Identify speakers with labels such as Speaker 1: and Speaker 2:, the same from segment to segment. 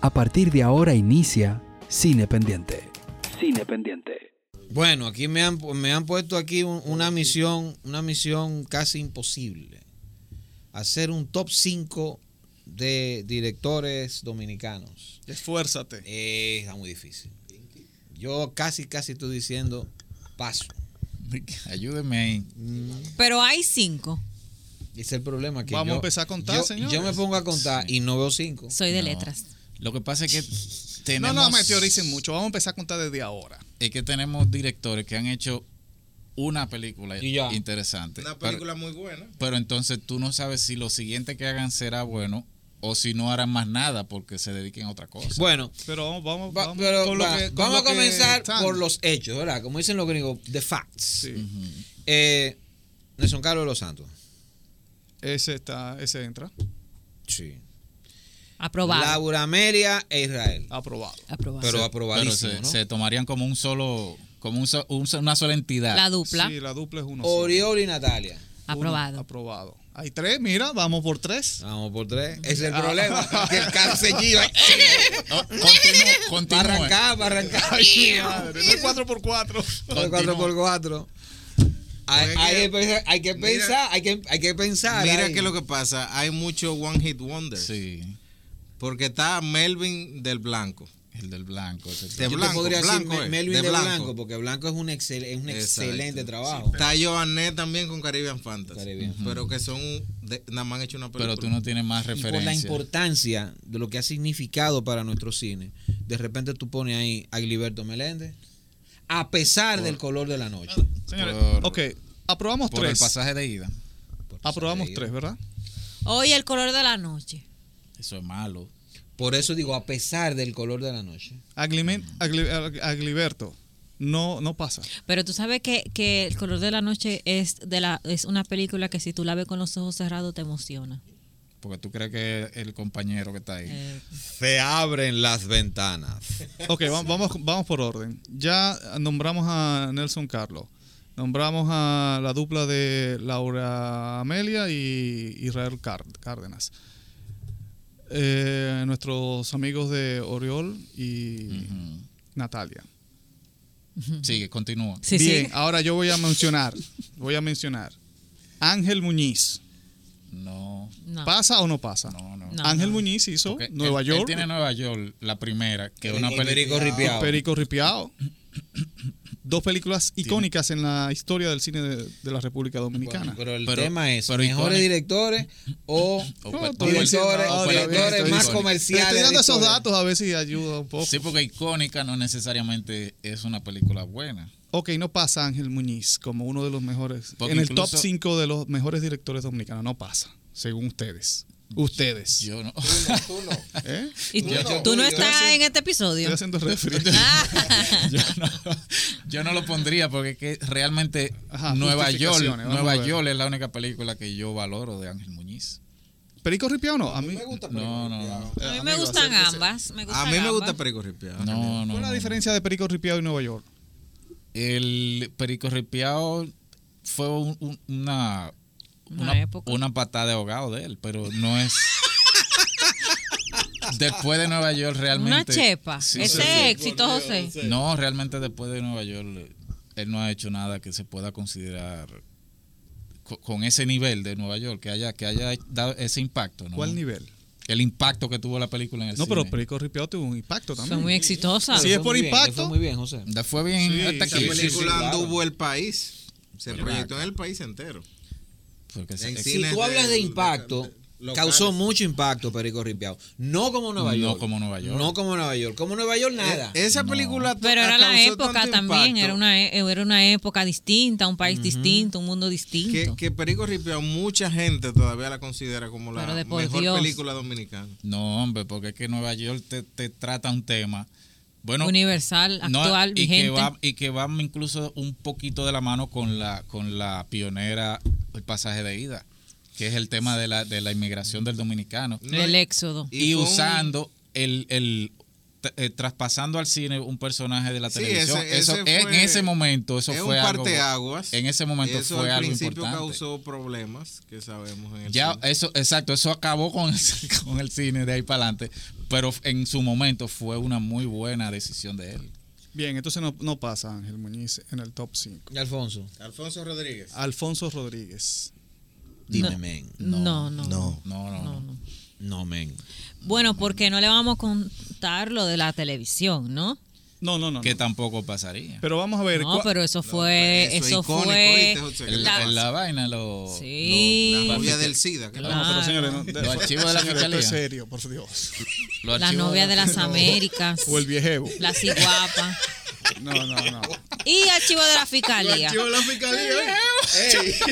Speaker 1: A partir de ahora inicia Cine Pendiente. Cine Pendiente.
Speaker 2: Bueno, aquí me han, me han puesto aquí un- una misión, una misión casi imposible. Hacer un top 5 de directores dominicanos.
Speaker 3: Esfuérzate.
Speaker 2: Eh, está muy difícil. Yo casi, casi estoy diciendo paso.
Speaker 4: Ayúdeme ahí.
Speaker 5: Pero hay cinco.
Speaker 2: Ese es el problema. Que
Speaker 3: Vamos
Speaker 2: yo-
Speaker 3: a empezar a contar,
Speaker 2: yo,
Speaker 3: señores.
Speaker 2: Yo me pongo a contar y no veo 5.
Speaker 5: Soy de
Speaker 4: No.
Speaker 5: letras.
Speaker 4: Lo que pasa es que
Speaker 3: No,
Speaker 4: tenemos.
Speaker 3: no me teoricen mucho. Vamos a empezar a contar desde ahora.
Speaker 4: Es que tenemos directores que han hecho una película
Speaker 2: Y ya.
Speaker 4: interesante.
Speaker 6: Una
Speaker 4: Pero-
Speaker 6: película muy buena.
Speaker 4: Pero, entonces tú no sabes si lo siguiente que hagan será bueno o si no harán más nada porque se dediquen a otra cosa.
Speaker 2: Bueno,
Speaker 3: Pero vamos, vamos,
Speaker 2: va-
Speaker 3: vamos
Speaker 2: pero
Speaker 3: con lo
Speaker 2: va-
Speaker 3: que- con
Speaker 2: vamos
Speaker 3: lo
Speaker 2: a
Speaker 3: que
Speaker 2: comenzar
Speaker 3: están.
Speaker 2: por los hechos, ¿verdad? Como dicen los gringos, the facts.
Speaker 3: Sí.
Speaker 2: Eh, Nelson Carlos de los Santos.
Speaker 3: Ese está, ese entra.
Speaker 2: Sí.
Speaker 5: Aprobado.
Speaker 2: Laura Melia e Israel.
Speaker 3: Aprobado.
Speaker 5: Aprobado.
Speaker 2: Pero
Speaker 4: Pero
Speaker 2: aprobadísimo,
Speaker 4: se,
Speaker 2: ¿no?
Speaker 4: se tomarían como un solo, como un so- un so- una sola entidad.
Speaker 5: la dupla.
Speaker 3: Sí, la dupla es uno. solo.
Speaker 2: Oriol y Natalia.
Speaker 3: Uno,
Speaker 5: aprobado.
Speaker 3: Aprobado. Hay tres, mira, vamos por tres.
Speaker 2: Vamos por tres. Ese es
Speaker 6: Ah.
Speaker 2: el problema. que el carro se lleva.
Speaker 4: Oh, continúe,
Speaker 2: Va a
Speaker 4: continúe.
Speaker 2: arrancar, va a arrancar.
Speaker 3: Ay, madre, no es cuatro por cuatro.
Speaker 2: Por cuatro por cuatro. Hay,
Speaker 6: Porque
Speaker 2: hay
Speaker 6: que-
Speaker 2: que, pensar, hay que
Speaker 6: mira-
Speaker 2: pensar, hay que, hay que pensar.
Speaker 6: Mira
Speaker 2: ahí.
Speaker 6: que lo que pasa, hay mucho one hit wonder.
Speaker 4: Sí,
Speaker 6: Porque está Melvin del Blanco.
Speaker 4: el del blanco. ese
Speaker 6: De
Speaker 2: Yo te
Speaker 6: blanco,
Speaker 2: podría
Speaker 6: blanco,
Speaker 2: decir
Speaker 6: eh,
Speaker 2: Me- Melvin de,
Speaker 6: de
Speaker 2: blanco.
Speaker 6: blanco,
Speaker 2: porque blanco es un, excel- es un
Speaker 6: Exacto.
Speaker 2: excelente
Speaker 6: Sí,
Speaker 2: trabajo.
Speaker 6: Está Joannet también con Caribbean Fantasy.
Speaker 2: Caribbean.
Speaker 6: Pero que son. de- nada más han hecho una película.
Speaker 4: pero tú no tienes más
Speaker 2: y por la
Speaker 4: referencia.
Speaker 2: importancia de lo que ha significado para nuestro cine, de repente tú pones ahí a Gilberto Meléndez, a pesar del color de la noche.
Speaker 3: Señores,
Speaker 4: Por-
Speaker 3: ok, aprobamos
Speaker 4: Por el
Speaker 3: tres.
Speaker 4: pasaje de ida.
Speaker 2: Por
Speaker 3: Aprobamos
Speaker 2: eso
Speaker 3: tres, ¿verdad?
Speaker 5: Hoy el color de la noche.
Speaker 4: Eso es malo.
Speaker 2: digo- Por eso digo, a pesar del color de la noche.
Speaker 3: Aglimen- Agli- Ag- Agliberto. No, no pasa.
Speaker 5: Pero tú sabes que, que el color de la noche es de la es una película que si tú la ves con los ojos cerrados te emociona.
Speaker 4: Porque tú crees que el compañero que está ahí.
Speaker 5: Eh,
Speaker 2: Se abren las ventanas.
Speaker 3: Ok, va- vamos, vamos por orden. Ya nombramos a Nelson Carlos. Nombramos a la dupla de Laura Amelia y Israel Cár- Cárdenas. Eh, nuestros amigos de Oriol y
Speaker 4: Ujú.
Speaker 3: Natalia.
Speaker 4: Sigue, continúa.
Speaker 5: sí,
Speaker 3: Bien,
Speaker 5: sí.
Speaker 3: ahora yo voy a mencionar, voy a mencionar. Ángel Muñiz,
Speaker 4: No,
Speaker 5: No.
Speaker 3: ¿pasa o no pasa?
Speaker 4: no, no.
Speaker 5: No.
Speaker 3: Ángel Muñiz hizo
Speaker 4: Porque
Speaker 3: Nueva
Speaker 4: él- él
Speaker 3: York,
Speaker 4: tiene Nueva York, la primera, que es una Ah,
Speaker 2: Una
Speaker 4: película.
Speaker 2: perico ripiado.
Speaker 3: Perico Ripiao. Dos películas icónicas en la historia del cine de, de la República Dominicana.
Speaker 2: Bueno, pero el
Speaker 4: Pero-
Speaker 2: tema es,
Speaker 4: pero
Speaker 2: ¿mejores
Speaker 4: icónico.
Speaker 2: directores o
Speaker 4: O-
Speaker 3: No,
Speaker 4: o-
Speaker 3: tú
Speaker 4: o-
Speaker 3: dices,
Speaker 2: directores,
Speaker 3: no,
Speaker 2: o
Speaker 3: pero-
Speaker 2: directores
Speaker 3: pero-
Speaker 2: más
Speaker 3: pero- Te
Speaker 2: comerciales?
Speaker 3: estoy dando
Speaker 2: de
Speaker 3: esos
Speaker 2: historia?
Speaker 3: datos a ver si ayuda un poco.
Speaker 4: Sí, porque icónica no necesariamente es una película buena.
Speaker 3: Ok, no pasa Ángel Muñiz como uno de los mejores.
Speaker 4: Porque
Speaker 3: en el
Speaker 4: incluso-
Speaker 3: top 5 de los mejores directores dominicanos. No pasa, según ustedes. Ustedes.
Speaker 4: Yo no.
Speaker 3: ¿Eh?
Speaker 5: Y tú,
Speaker 4: Yo- yo-
Speaker 5: tú no
Speaker 4: yo-
Speaker 5: estás en este episodio. Ah,
Speaker 3: Estoy haciendo referencia.
Speaker 4: yo, no yo no lo pondría porque es que realmente
Speaker 3: Ajá,
Speaker 4: Nueva York,
Speaker 3: justificaciones, vamos
Speaker 4: Nueva
Speaker 3: a ver.
Speaker 4: York es la única película que yo valoro de Ángel Muñiz.
Speaker 3: ¿Perico Ripiao no? A mí,
Speaker 4: No, no, no. Eh,
Speaker 5: A mí me
Speaker 3: Amigo,
Speaker 5: gustan
Speaker 3: acérquese.
Speaker 5: ambas. Me
Speaker 6: A
Speaker 5: gustan
Speaker 6: mí me gusta
Speaker 5: ambas.
Speaker 6: Perico Ripiado.
Speaker 4: No, no,
Speaker 3: ¿Cuál es la
Speaker 4: no.
Speaker 3: diferencia de Perico Ripiao y Nueva York?
Speaker 4: El Perico Ripiao fue un- un- una,
Speaker 5: Una
Speaker 4: una,
Speaker 5: época.
Speaker 4: una patada de ahogado de él, pero no es. después de Nueva York realmente.
Speaker 5: Una chepa.
Speaker 4: Sí,
Speaker 5: Ese
Speaker 4: sí.
Speaker 5: éxito, José.
Speaker 4: No, realmente después de Nueva York, él no ha hecho nada que se pueda considerar co- con ese nivel de Nueva York, que haya, que haya dado ese impacto. ¿no?
Speaker 3: ¿Cuál nivel?
Speaker 4: El impacto que tuvo la película en el
Speaker 3: No, pero
Speaker 4: cine.
Speaker 3: Perico Ripiao tuvo un impacto
Speaker 5: Son
Speaker 3: también.
Speaker 5: muy exitosas.
Speaker 3: Sí,
Speaker 2: Le
Speaker 3: es
Speaker 2: fue
Speaker 3: por
Speaker 2: muy bien, le
Speaker 3: impacto.
Speaker 2: fue muy bien, José.
Speaker 4: Da- Fue bien
Speaker 3: Sí,
Speaker 4: hasta
Speaker 6: Esa
Speaker 4: aquí.
Speaker 2: sí, sí,
Speaker 6: película
Speaker 2: claro.
Speaker 6: anduvo el país. Se proyectó en el país entero.
Speaker 4: Porque se-
Speaker 6: En
Speaker 4: eh,
Speaker 2: Si
Speaker 6: cines
Speaker 2: tú hablas
Speaker 6: de-
Speaker 2: de impacto,
Speaker 6: de- locales.
Speaker 2: causó mucho impacto Perico Ripiao. No como Nueva
Speaker 4: No
Speaker 2: York.
Speaker 4: como Nueva York. Eh,
Speaker 2: No como Nueva York. Como Nueva York, nada.
Speaker 6: E- Esa película to-
Speaker 5: Pero era la
Speaker 6: causó
Speaker 5: época
Speaker 6: tanto
Speaker 5: también,
Speaker 6: impacto
Speaker 5: era una, e- era una época distinta, un país distinto, un mundo
Speaker 6: Que,
Speaker 5: distinto.
Speaker 6: que Perico Ripiao, mucha gente todavía la considera como la
Speaker 5: Pero de por
Speaker 6: mejor
Speaker 5: Dios.
Speaker 6: película dominicana.
Speaker 4: no, hombre, porque es que Nueva York te, te trata un tema. Bueno,
Speaker 5: Universal,
Speaker 4: no,
Speaker 5: actual,
Speaker 4: y
Speaker 5: vigente.
Speaker 4: Que va, y que va incluso un poquito de la mano con la, con la pionera, el pasaje de ida, que es el tema de la, de la inmigración del dominicano.
Speaker 5: El éxodo.
Speaker 4: y,
Speaker 6: con-
Speaker 4: usando el, el tra- eh, traspasando al cine un personaje de la
Speaker 6: Sí,
Speaker 4: televisión.
Speaker 6: ese-
Speaker 4: eso,
Speaker 6: ese
Speaker 4: en
Speaker 6: fue-
Speaker 4: ese momento, eso
Speaker 6: es
Speaker 4: fue
Speaker 6: un
Speaker 4: algo.
Speaker 6: parteaguas.
Speaker 4: En ese momento
Speaker 6: eso
Speaker 4: fue
Speaker 6: al
Speaker 4: algo
Speaker 6: principio
Speaker 4: importante.
Speaker 6: causó problemas que sabemos en el
Speaker 4: ya
Speaker 6: cine.
Speaker 4: eso, exacto, eso acabó con el, con el cine de ahí para adelante. pero en su momento fue una muy buena decisión de él.
Speaker 3: Bien, entonces no, no pasa Ángel Muñiz en el top 5.
Speaker 2: Y Alfonso,
Speaker 6: eh, Alfonso Rodríguez.
Speaker 3: Alfonso Rodríguez.
Speaker 2: dime,
Speaker 5: No.
Speaker 2: men.
Speaker 5: No, no.
Speaker 4: No, no, no.
Speaker 5: No, no.
Speaker 2: No, men.
Speaker 5: Bueno, porque no le vamos a contar lo de la televisión, ¿no?
Speaker 3: No, no, no.
Speaker 4: Que
Speaker 3: no.
Speaker 4: tampoco pasaría.
Speaker 3: Pero vamos a ver.
Speaker 5: No,
Speaker 3: cua-
Speaker 5: pero eso fue,
Speaker 6: eso es
Speaker 5: eso
Speaker 6: icónico,
Speaker 5: fue
Speaker 6: ¿oíste, José?
Speaker 4: El-
Speaker 5: la-
Speaker 4: el- la vaina lo...
Speaker 5: sí,
Speaker 6: La novia del SIDA. que-
Speaker 5: Claro.
Speaker 3: No, pero señores, no,
Speaker 4: Los archivos de
Speaker 3: señores,
Speaker 4: la
Speaker 3: esto es
Speaker 4: fiscalía.
Speaker 3: serio, por Dios.
Speaker 4: lo
Speaker 5: la
Speaker 4: archivó
Speaker 5: novia de las
Speaker 4: No.
Speaker 5: Américas,
Speaker 3: O el viejevo.
Speaker 5: la ciguapa
Speaker 3: No, no, no.
Speaker 5: y archivo de la fiscalía,
Speaker 6: Archivo de la
Speaker 4: eh.
Speaker 6: fiscalía.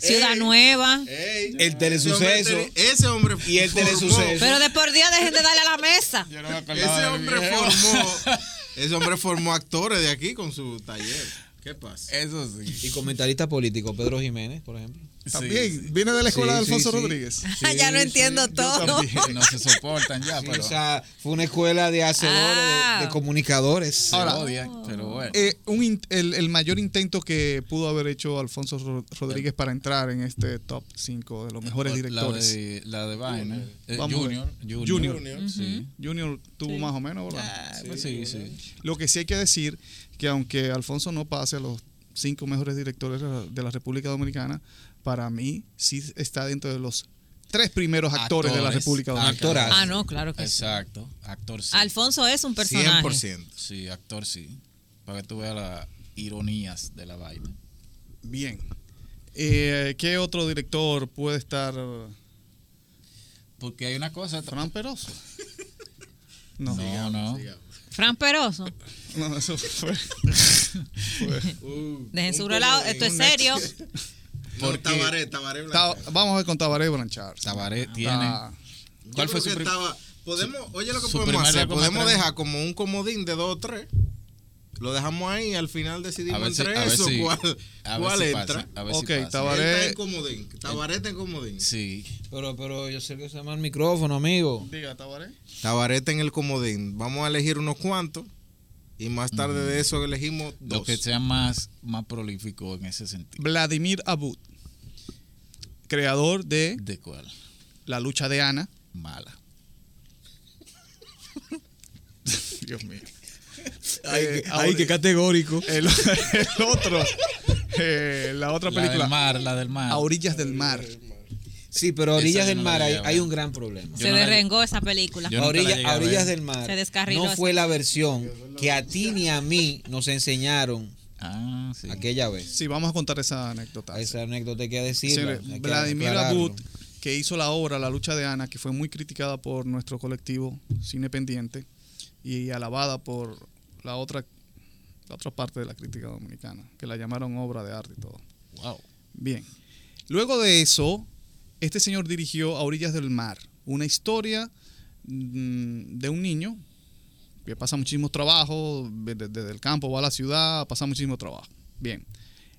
Speaker 5: Ciudad Nueva.
Speaker 2: El telesuceso.
Speaker 6: Ese hombre.
Speaker 2: Y el
Speaker 6: formó-
Speaker 2: telesuceso.
Speaker 5: Pero de por Dios dejen de darle a la mesa.
Speaker 4: Yo no me acordaba
Speaker 6: Ese
Speaker 4: del
Speaker 6: hombre
Speaker 4: video.
Speaker 6: formó. Ese hombre formó actores de aquí con su taller. ¿Qué pasa?
Speaker 4: Eso sí.
Speaker 2: Y comentarista político, Pedro Jiménez, por ejemplo.
Speaker 4: Sí,
Speaker 3: También
Speaker 4: sí.
Speaker 3: viene de la escuela
Speaker 2: Sí,
Speaker 3: de Alfonso
Speaker 2: sí, sí.
Speaker 3: Rodríguez.
Speaker 5: Ah, ya no entiendo todo.
Speaker 4: No se soportan ya,
Speaker 2: Sí,
Speaker 4: pero
Speaker 2: o sea, fue una escuela de hacedores,
Speaker 5: Ah.
Speaker 2: de, de comunicadores.
Speaker 4: se
Speaker 3: ahora-
Speaker 4: odian, pero
Speaker 5: Oh.
Speaker 4: bueno.
Speaker 3: Eh, un in- el, el mayor intento que pudo haber hecho Alfonso Ro- Rodríguez para entrar en este top 5 de los mejores
Speaker 4: La
Speaker 3: directores.
Speaker 4: de, la de Vine, ¿eh? Eh,
Speaker 3: Vamos a ver.
Speaker 4: Junior, Junior.
Speaker 3: Junior.
Speaker 4: Sí.
Speaker 3: Junior tuvo más o menos, ¿verdad?
Speaker 4: Ah, pues sí, sí.
Speaker 3: Lo que sí hay que decir que aunque Alfonso no pase a los cinco mejores directores de la- de la República Dominicana, para mí sí está dentro de los tres primeros actores, de la
Speaker 4: Actores.
Speaker 3: República Dominicana.
Speaker 2: Actora.
Speaker 5: Ah, no, claro que sí.
Speaker 4: Exacto. Actor sí.
Speaker 5: Alfonso es un personaje.
Speaker 6: 100%.
Speaker 4: Sí, actor sí. Para que tú veas las ironías de la vaina.
Speaker 3: Bien. Eh, ¿Qué otro director puede estar?
Speaker 4: Porque hay una cosa.
Speaker 3: Fran Peroso. No,
Speaker 4: No, no.
Speaker 5: Fran Peroso,
Speaker 3: no, eso fue.
Speaker 6: Uh,
Speaker 5: dejen su lado, esto es
Speaker 3: un
Speaker 5: serio.
Speaker 6: Por Tabaré, Tabaré
Speaker 3: Ta-
Speaker 6: Blanca.
Speaker 3: vamos a ver con Tabaré Ah, Blanchard.
Speaker 4: Tabaré tiene.
Speaker 3: Ta-
Speaker 6: Yo
Speaker 4: ¿Cuál fue
Speaker 6: creo
Speaker 4: su
Speaker 6: que
Speaker 4: prim-
Speaker 6: estaba- podemos, oye lo que
Speaker 4: su
Speaker 6: podemos
Speaker 4: primer
Speaker 6: hacer,
Speaker 4: récord
Speaker 6: podemos
Speaker 4: atrás?
Speaker 6: dejar como un comodín de dos o tres. Lo dejamos ahí y al final
Speaker 4: A
Speaker 6: decidimos
Speaker 4: ver si.
Speaker 6: entre
Speaker 4: A ver
Speaker 6: eso
Speaker 4: si.
Speaker 6: cuál,
Speaker 4: a ver
Speaker 6: cuál
Speaker 4: si
Speaker 6: entra.
Speaker 4: pasa, a ver si
Speaker 3: Ok,
Speaker 4: pasa.
Speaker 3: Tabaré.
Speaker 6: Él está en comodín. Tabaré está en comodín.
Speaker 4: Sí.
Speaker 2: Pero, pero yo sé que se llama el micrófono, amigo.
Speaker 3: Diga, Tabaré.
Speaker 6: Tabaré está en el comodín. Vamos a elegir unos cuantos y más tarde de eso elegimos
Speaker 4: Mm. Lo
Speaker 6: dos.
Speaker 4: que sea más, más prolífico en ese sentido.
Speaker 3: Vladimir Abud, creador de
Speaker 4: ¿De cuál?
Speaker 3: La lucha de Ana.
Speaker 4: Mala.
Speaker 3: Dios mío.
Speaker 2: Ay,
Speaker 3: Eh,
Speaker 2: qué-
Speaker 3: ahora-
Speaker 2: ay, qué categórico.
Speaker 3: El, el otro, eh, la otra
Speaker 4: La del
Speaker 3: película,
Speaker 4: mar, la del mar.
Speaker 3: A orillas del mar.
Speaker 2: Sí, pero a orillas
Speaker 4: Esa yo
Speaker 2: del
Speaker 4: no
Speaker 2: mar
Speaker 4: la
Speaker 2: hay,
Speaker 4: llevo.
Speaker 2: hay un gran problema.
Speaker 4: Yo
Speaker 5: Se
Speaker 4: no la-
Speaker 5: derrengó esa película.
Speaker 4: Yo
Speaker 2: a,
Speaker 4: nunca la
Speaker 2: orilla-
Speaker 4: llegué
Speaker 2: a
Speaker 4: a
Speaker 2: orillas
Speaker 4: ver.
Speaker 2: del mar.
Speaker 5: Se descarriló
Speaker 2: No
Speaker 5: esa.
Speaker 2: fue la versión que a ti ni a mí nos enseñaron
Speaker 4: Ah, sí.
Speaker 2: aquella vez.
Speaker 3: Sí, vamos a contar esa anécdota.
Speaker 2: Esa anécdota hay que
Speaker 3: Sí,
Speaker 2: decirla. hay que
Speaker 3: Vladimir
Speaker 2: aclararlo.
Speaker 3: Abud, que hizo la obra La lucha de Ana, que fue muy criticada por nuestro colectivo Cine Pendiente y alabada por la otra, la otra parte de la crítica dominicana, que la llamaron obra de arte y todo.
Speaker 4: Wow.
Speaker 3: Bien. Luego de eso, este señor dirigió A Orillas del Mar, una historia mm, de un niño que pasa muchísimos trabajos, ve- de- desde el campo va a la ciudad, pasa muchísimo trabajo. Bien.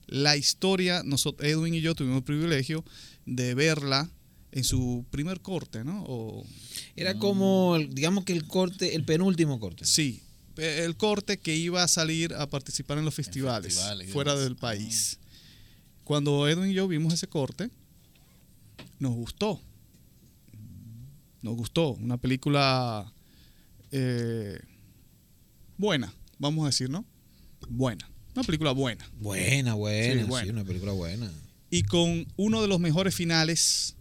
Speaker 3: La historia, nosotros, Edwin y yo tuvimos el privilegio de verla en su primer corte, ¿no? O,
Speaker 2: Era como, el- digamos que el corte, el penúltimo corte.
Speaker 3: Mm. sí, eh, el corte que iba a salir a participar en los festivales,
Speaker 4: festivales y
Speaker 3: fuera
Speaker 4: demás.
Speaker 3: del país. Cuando Edwin y yo vimos ese corte, nos gustó. Nos gustó. Una película eh, buena, vamos a decir, ¿no? Buena. Una película buena.
Speaker 2: Buena, buena.
Speaker 3: Sí, buena.
Speaker 2: sí, una película buena.
Speaker 3: Y con uno de los mejores finales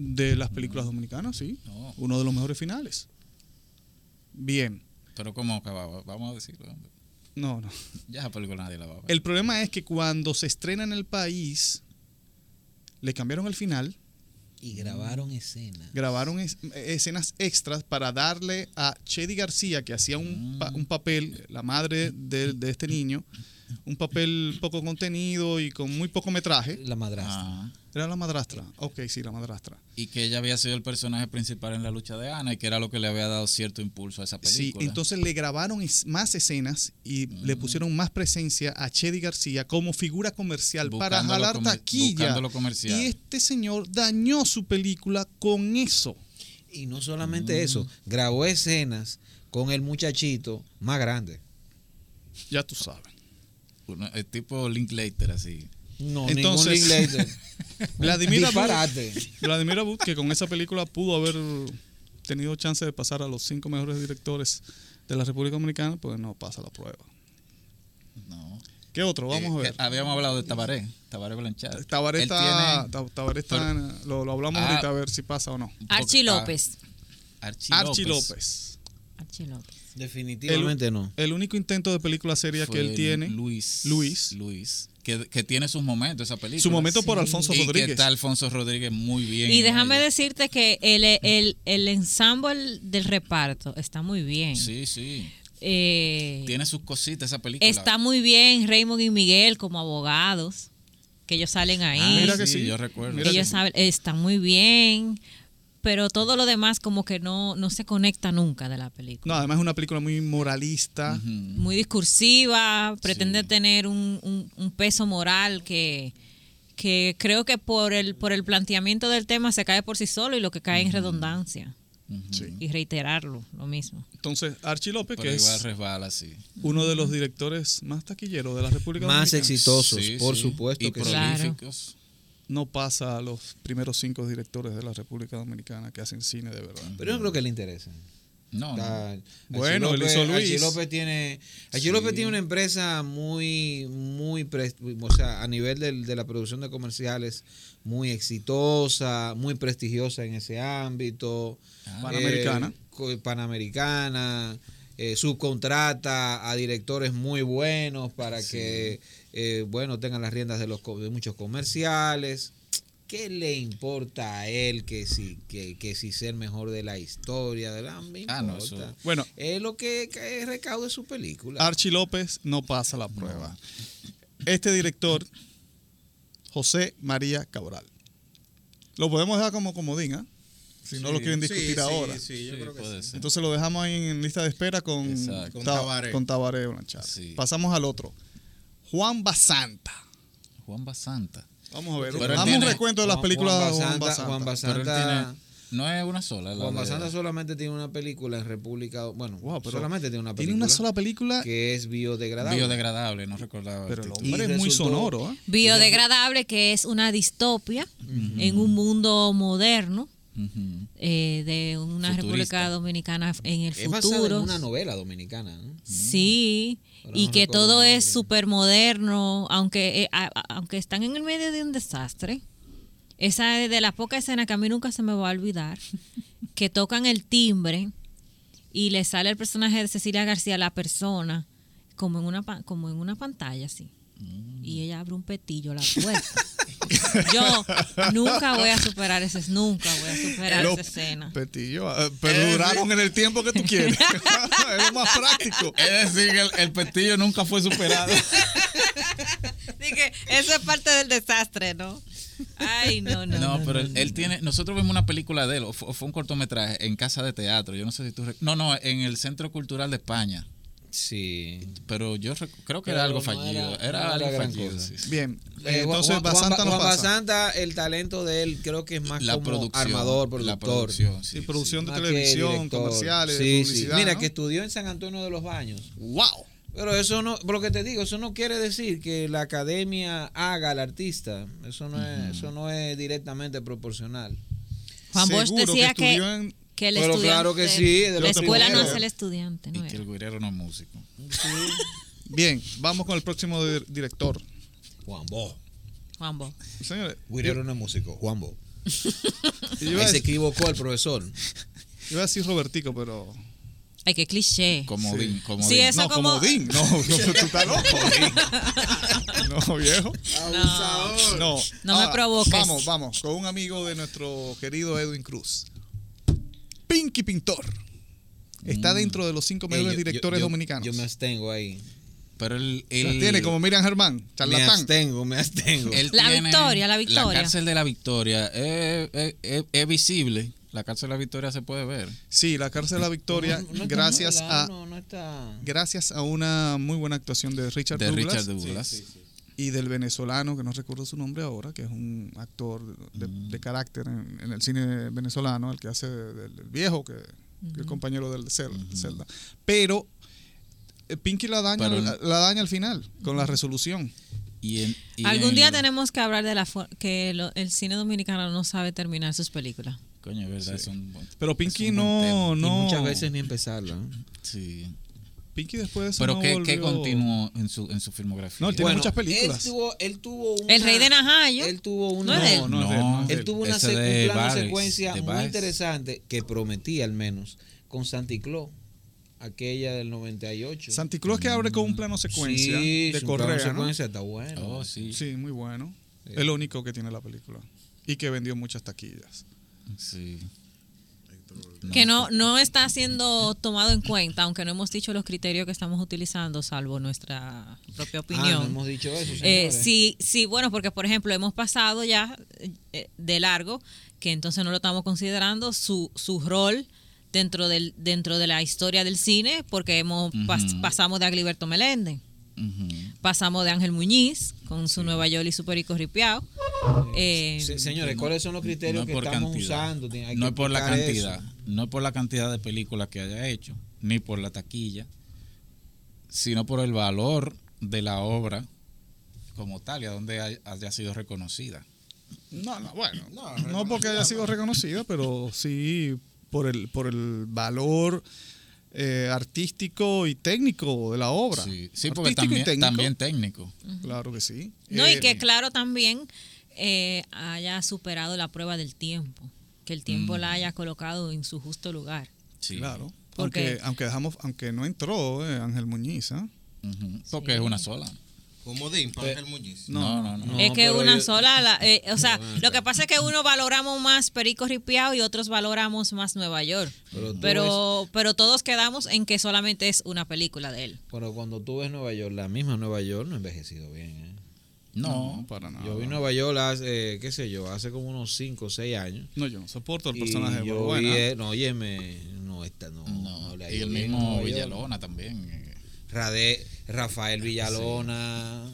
Speaker 3: de las películas
Speaker 4: Mm.
Speaker 3: dominicanas, sí.
Speaker 4: No.
Speaker 3: Uno de los mejores finales. Bien.
Speaker 4: Pero ¿cómo acababa? Vamos a decirlo. hombre.
Speaker 3: No, no.
Speaker 4: Ya esa película nadie la va a ver.
Speaker 3: El problema es que cuando se estrena en el país, le cambiaron el final,
Speaker 2: Y grabaron escenas.
Speaker 3: grabaron es- escenas extras para darle a Chedi García, que hacía un, pa- un papel, la madre de, de este niño, un papel poco contenido y con muy poco metraje.
Speaker 2: La madrastra.
Speaker 4: Ah.
Speaker 3: Era la madrastra. Ok, sí, la madrastra.
Speaker 4: Y que ella había sido el personaje principal en la lucha de Ana y que era lo que le había dado cierto impulso a esa
Speaker 3: Sí,
Speaker 4: película. Mm.
Speaker 3: entonces le grabaron es- más escenas y le pusieron más presencia a Chedi García como figura comercial para
Speaker 4: Buscando lo
Speaker 3: jalar
Speaker 4: comer-
Speaker 3: taquilla.
Speaker 4: buscando lo comercial.
Speaker 3: Y este señor dañó su película con eso.
Speaker 2: Y no solamente
Speaker 3: Mm.
Speaker 2: eso, grabó escenas con el muchachito más grande.
Speaker 3: Ya tú sabes.
Speaker 4: Uno- el tipo Linklater, así.
Speaker 2: No,
Speaker 3: Entonces-
Speaker 2: ningún Linklater.
Speaker 3: Vladimir Abud,
Speaker 2: Disparate.
Speaker 3: Vladimir Abud, que con esa película pudo haber tenido chance de pasar a los cinco mejores directores de la República Dominicana, pues no pasa la prueba.
Speaker 4: No.
Speaker 3: ¿Qué otro? Vamos a
Speaker 4: Eh,
Speaker 3: ver.
Speaker 4: que Habíamos hablado de Tabaré, Tabaré Blanchard.
Speaker 3: Tabaré
Speaker 4: Él
Speaker 3: está,
Speaker 4: tiene-
Speaker 3: Ta- Tabaré está en- lo, lo hablamos
Speaker 4: Ah.
Speaker 3: ahorita a ver si pasa o no.
Speaker 5: Archie
Speaker 4: Ah,
Speaker 5: López.
Speaker 4: Archie,
Speaker 3: Archie
Speaker 4: López.
Speaker 3: López.
Speaker 4: Ah.
Speaker 5: Archie López.
Speaker 2: Definitivamente no.
Speaker 3: El único intento de película seria
Speaker 4: Fue
Speaker 3: que él tiene.
Speaker 4: Luis.
Speaker 3: Luis.
Speaker 4: Luis. Que, que tiene sus momentos, esa película.
Speaker 3: Su momento por Alfonso
Speaker 4: y
Speaker 3: Rodríguez.
Speaker 4: que está Alfonso Rodríguez muy bien.
Speaker 5: Y déjame
Speaker 4: Ahí.
Speaker 5: decirte que el, el, el ensamble del reparto está muy bien.
Speaker 4: Sí, sí.
Speaker 5: Eh,
Speaker 4: Tiene sus cositas esa película. Ah,
Speaker 5: está muy bien Raymond y Miguel como abogados, que ellos salen ahí.
Speaker 4: Ah,
Speaker 3: Mira
Speaker 4: sí,
Speaker 3: que sí.
Speaker 4: Yo recuerdo.
Speaker 3: Mira
Speaker 5: ellos
Speaker 3: que-
Speaker 5: saben, están muy bien, pero todo lo demás como que no, no se conecta nunca de la película.
Speaker 3: No, además es una película muy moralista.
Speaker 4: Ujú.
Speaker 5: Muy discursiva, pretende tener un, un- un peso moral que, que creo que por el, por el planteamiento del tema se cae por sí solo y lo que cae en redundancia.
Speaker 3: Sí.
Speaker 5: Y reiterarlo, lo mismo.
Speaker 3: Entonces, Archie López,
Speaker 4: Pero
Speaker 3: que
Speaker 4: igual
Speaker 3: es
Speaker 4: resbala, sí.
Speaker 3: uno de los directores más taquilleros de la República
Speaker 2: Más
Speaker 3: Dominicana,
Speaker 2: exitoso. Exitosos, por supuesto
Speaker 4: y
Speaker 2: que
Speaker 5: sí.
Speaker 4: prolíficos.
Speaker 3: no pasa a los primeros cinco directores de la República Dominicana que hacen cine de verdad.
Speaker 2: Pero yo no creo que le interese.
Speaker 4: No, no.
Speaker 2: Está- Archie
Speaker 3: Bueno, él
Speaker 2: López-
Speaker 3: hizo Luis.
Speaker 2: Archie López tiene, Archie
Speaker 4: Sí.
Speaker 2: López tiene una empresa muy, muy, pres- o sea, a nivel del- de la producción de comerciales, muy exitosa, muy prestigiosa en ese ámbito.
Speaker 4: Ah.
Speaker 3: Panamericana.
Speaker 2: Eh, co- panamericana. eh, subcontrata a directores muy buenos para que, eh, bueno, tengan las riendas de, los, co- de muchos comerciales. ¿Qué le importa a él que si, que, que si ser mejor de la historia? De la, me
Speaker 4: Ah, no,
Speaker 2: importa.
Speaker 4: eso-
Speaker 3: Bueno,
Speaker 2: Es lo que, que recaude su película.
Speaker 3: Archie López no pasa la prueba. Este director, José María Cabral. Lo podemos dejar como comodín, ¿ah? Si no lo quieren discutir ahora.
Speaker 6: Sí, yo
Speaker 4: Sí,
Speaker 6: creo que
Speaker 4: puede
Speaker 6: sí.
Speaker 4: ser.
Speaker 3: Entonces lo dejamos ahí en lista de espera con,
Speaker 4: Exacto.
Speaker 6: Con
Speaker 3: Ta-
Speaker 6: Tabaré.
Speaker 3: con Tabaré Blanchard.
Speaker 4: Sí.
Speaker 3: Pasamos al otro. Juan Basanta.
Speaker 4: Juan Basanta.
Speaker 3: Vamos a ver.
Speaker 4: Pero él
Speaker 3: Damos un
Speaker 4: tiene-
Speaker 3: recuento de las
Speaker 2: Juan-
Speaker 3: películas
Speaker 2: Juan
Speaker 3: de Juan
Speaker 2: Basanta-
Speaker 3: Basanta.
Speaker 2: Juan Basanta.
Speaker 4: Pero él
Speaker 2: Santa-
Speaker 4: tiene- no es una sola. la
Speaker 2: Juan
Speaker 4: de-
Speaker 2: Basanta solamente tiene una película en República. Bueno,
Speaker 3: Wow, pero
Speaker 2: solamente tiene una película.
Speaker 3: Tiene una sola película,
Speaker 2: Que es biodegradable.
Speaker 4: biodegradable, no recordaba. el
Speaker 3: pero el
Speaker 4: título.
Speaker 3: hombre
Speaker 2: Y
Speaker 3: es muy
Speaker 2: resultó-
Speaker 3: sonoro. ¿eh?
Speaker 5: Biodegradable, que es una distopia en un mundo moderno
Speaker 4: Ujú.
Speaker 5: eh, de una
Speaker 4: Futurista.
Speaker 5: República Dominicana en el
Speaker 2: es basada en
Speaker 5: futuro.
Speaker 2: una novela dominicana. ¿no?
Speaker 5: Sí,
Speaker 2: Ahora
Speaker 5: y
Speaker 2: no
Speaker 5: que
Speaker 2: recuerdo
Speaker 5: todo
Speaker 2: el
Speaker 5: es
Speaker 2: nombre.
Speaker 5: súper moderno, aunque, eh, a- a- aunque están en el medio de un desastre. Esa es de las pocas escenas que a mí nunca se me va a olvidar, que tocan el timbre y le sale el personaje de Cecilia García, la persona, como en una, pa- como en una pantalla, así. Y ella abre un petillo la puerta. Yo nunca voy a superar ese, nunca voy a superar
Speaker 3: Los
Speaker 5: esa escena.
Speaker 3: Petillo, eh, pero duraron en el tiempo que tú quieres. es lo más práctico.
Speaker 2: Eh,
Speaker 4: Es decir, que el, el pestillo nunca fue superado.
Speaker 5: Así que eso es parte del desastre, ¿no? Ay, no, no.
Speaker 4: No,
Speaker 5: no,
Speaker 4: pero
Speaker 5: no,
Speaker 4: él,
Speaker 5: no.
Speaker 4: él tiene. Nosotros vimos una película de él, o fu- o fue un cortometraje en casa de teatro. Yo no sé si tú. rec- No, no, en el Centro Cultural de España.
Speaker 2: Sí.
Speaker 4: Pero yo rec- creo que
Speaker 2: Pero
Speaker 4: era algo
Speaker 2: no
Speaker 4: fallido.
Speaker 2: era-
Speaker 4: Era,
Speaker 2: no era
Speaker 4: algo
Speaker 2: gran
Speaker 4: fallido.
Speaker 2: cosa.
Speaker 4: sí, sí.
Speaker 3: Bien,
Speaker 2: Eh,
Speaker 3: entonces
Speaker 2: Juan- Juan-
Speaker 3: Basanta no
Speaker 2: Juan
Speaker 3: pasa.
Speaker 2: Basanta, el talento de él creo que es más
Speaker 4: la
Speaker 2: como
Speaker 4: producción.
Speaker 2: armador, productor.
Speaker 4: La producción, sí,
Speaker 3: Sí, producción de
Speaker 2: más que
Speaker 3: televisión,
Speaker 2: director.
Speaker 3: comerciales,
Speaker 2: Sí, sí.
Speaker 3: publicidad.
Speaker 2: Mira,
Speaker 3: ¿no?
Speaker 2: que estudió en San Antonio de los Baños.
Speaker 3: ¡Wow!
Speaker 2: Pero eso no, por lo que te digo, eso no quiere decir que la academia haga al artista. Eso no es, eso no es directamente proporcional.
Speaker 5: Juan Bosch
Speaker 3: Seguro
Speaker 5: decía que,
Speaker 3: estudió en-
Speaker 5: que el
Speaker 2: Pero
Speaker 5: estudiante.
Speaker 2: claro que sí, de
Speaker 5: la
Speaker 3: los
Speaker 5: escuela no
Speaker 3: primeros.
Speaker 5: es el estudiante,
Speaker 4: Y
Speaker 5: ¿no?
Speaker 4: que
Speaker 5: era.
Speaker 4: el guirero no es músico.
Speaker 3: Bien, vamos con el próximo di- director.
Speaker 2: Juan Bo.
Speaker 5: Juan Bosch.
Speaker 3: Señores,
Speaker 2: Guirero no es músico, Juan Bo.
Speaker 3: yo iba,
Speaker 2: Ahí
Speaker 3: a
Speaker 2: se
Speaker 3: decir,
Speaker 2: equivocó el profesor.
Speaker 3: iba a decir Robertico, pero...
Speaker 5: Ay, qué cliché.
Speaker 4: Comodín, comodín.
Speaker 5: Sí, eso
Speaker 3: no,
Speaker 5: como-
Speaker 3: Comodín. No, no, tú estás loco. No, viejo. No, Ah,
Speaker 5: No me provoques.
Speaker 3: Vamos, vamos, con un amigo de nuestro querido Edwin Cruz. Pinky Pintor. Está dentro de los cinco
Speaker 2: Eh,
Speaker 3: mejores
Speaker 2: yo-
Speaker 3: directores
Speaker 2: yo- yo-
Speaker 3: dominicanos.
Speaker 2: Yo me abstengo ahí.
Speaker 4: Pero él.
Speaker 3: Las
Speaker 4: él-
Speaker 3: tiene como Miriam Germán,
Speaker 2: Me
Speaker 3: charlatán.
Speaker 2: abstengo, me abstengo.
Speaker 4: él
Speaker 5: La
Speaker 4: tiene-
Speaker 5: victoria, la victoria.
Speaker 4: La cárcel de la victoria es, es- es- es visible. La cárcel de la victoria se puede ver.
Speaker 3: Sí, la cárcel de la Victoria,
Speaker 2: No- no está
Speaker 3: gracias
Speaker 2: mal,
Speaker 3: a
Speaker 2: No, no está.
Speaker 3: gracias a una muy buena actuación de Richard,
Speaker 4: de
Speaker 3: Douglas,
Speaker 4: Richard Douglas.
Speaker 3: y del venezolano, que no recuerdo su nombre ahora, que es un actor de, de carácter en, en el cine venezolano, el que hace del, del viejo, que, que el compañero del Cel- Zelda. Pero eh, Pinky la daña,
Speaker 4: Pero-
Speaker 3: la, la daña al final, con la resolución.
Speaker 4: Y en- y
Speaker 5: Algún
Speaker 4: en-
Speaker 5: día tenemos que hablar de la for- que lo- el cine dominicano no sabe terminar sus películas.
Speaker 4: Coño, es verdad, es un buen-
Speaker 3: Pero
Speaker 4: es un
Speaker 3: Pinky
Speaker 4: buen
Speaker 3: no,
Speaker 4: tema.
Speaker 3: no.
Speaker 2: Y muchas veces ni empezarla. ¿eh? ¿no?
Speaker 4: Sí.
Speaker 3: Pinky después de eso.
Speaker 4: Pero
Speaker 3: no
Speaker 4: ¿qué, qué
Speaker 3: volvió-
Speaker 4: continuó en su, en su filmografía?
Speaker 3: No, él tiene- muchas películas.
Speaker 2: Él tuvo, él tuvo una-
Speaker 5: El Rey de Najayo.
Speaker 2: Él tuvo
Speaker 5: No
Speaker 2: una.
Speaker 5: es de él.
Speaker 3: No, no, es de él, no es de
Speaker 2: Él
Speaker 3: él.
Speaker 2: tuvo una
Speaker 4: Ese
Speaker 2: se-
Speaker 4: de
Speaker 2: un plano
Speaker 4: Bares,
Speaker 2: secuencia
Speaker 4: de
Speaker 2: muy
Speaker 4: Bares.
Speaker 2: interesante que prometía al menos con Santi Claus, aquella del 98.
Speaker 3: Santi Claus que abre con un plano secuencia
Speaker 2: Sí,
Speaker 3: de
Speaker 2: su plano
Speaker 3: Correa. ¿no?
Speaker 2: secuencia está bueno.
Speaker 4: Oh, sí.
Speaker 3: Sí, muy bueno. Es lo único que tiene la película. Y que vendió muchas taquillas.
Speaker 4: Sí.
Speaker 5: Que no, no está siendo tomado en cuenta, aunque no hemos dicho los criterios que estamos utilizando, salvo nuestra propia
Speaker 2: Ah, no
Speaker 5: opinión.
Speaker 2: hemos dicho eso.
Speaker 5: Eh,
Speaker 2: señores.
Speaker 5: sí, sí, bueno, porque por ejemplo hemos pasado ya eh, de largo, que entonces no lo estamos considerando, su, su rol dentro del dentro de la historia del cine, porque hemos pas-
Speaker 4: Ujú.
Speaker 5: pasamos de Agliberto Meléndez,
Speaker 4: Ujú.
Speaker 5: pasamos de Ángel Muñiz con su Nueva York y su Perico Ripiao. Eh,
Speaker 2: Se- señores, ¿cuáles son los criterios
Speaker 4: No es
Speaker 2: que
Speaker 4: por
Speaker 2: estamos
Speaker 4: cantidad.
Speaker 2: usando? Tiene- hay
Speaker 4: no
Speaker 2: que
Speaker 4: es por la
Speaker 2: explicar eso.
Speaker 4: cantidad. No es por la cantidad de películas que haya hecho, ni por la taquilla, sino por el valor de la obra como tal y a donde hay- haya sido reconocida.
Speaker 3: No, no, bueno.
Speaker 6: No,
Speaker 3: No, porque haya sido reconocida, pero sí por el, por el valor eh, artístico y técco de la obra.
Speaker 4: Sí, sí,
Speaker 3: Artístico
Speaker 4: porque
Speaker 3: y
Speaker 4: también
Speaker 3: técnico.
Speaker 4: también técnico.
Speaker 3: Claro que sí.
Speaker 5: No, y
Speaker 3: Eh,
Speaker 5: que claro también eh, haya superado la prueba del tiempo, que el tiempo la haya colocado en su justo lugar.
Speaker 4: Sí.
Speaker 3: Claro.
Speaker 5: Porque-
Speaker 3: Aunque, aunque dejamos, aunque no entró eh, Ángel Muñiz, ¿ah?
Speaker 4: Ujú. Porque es una sola. Eh.
Speaker 6: Comodín para el Muñiz.
Speaker 4: No, no, no.
Speaker 2: No,
Speaker 5: es que
Speaker 2: pero
Speaker 5: una
Speaker 2: yo-
Speaker 5: sola, la- eh, o sea, lo que pasa es que uno valoramos más Perico Ripiao y otros valoramos más Nueva York.
Speaker 2: Pero tú
Speaker 5: Pero, pero todos quedamos en que solamente es una película de él.
Speaker 2: Pero cuando tú ves Nueva York, la misma Nueva York no ha envejecido bien. ¿eh?
Speaker 4: No,
Speaker 3: para nada.
Speaker 2: Yo vi Nueva York hace, eh, qué sé yo, hace como unos 5 o 6 años.
Speaker 3: No, yo no soporto el
Speaker 2: Y
Speaker 3: personaje de
Speaker 2: yo
Speaker 3: Balbuena.
Speaker 2: vi, eh, no, óyeme, no, esta no.
Speaker 4: no.
Speaker 2: la
Speaker 4: Y
Speaker 2: yo
Speaker 4: el
Speaker 2: vi en
Speaker 4: mismo
Speaker 2: Nueva York.
Speaker 4: Villalona también. eh,
Speaker 2: ¿Ah? Rade- Rafael Villalona.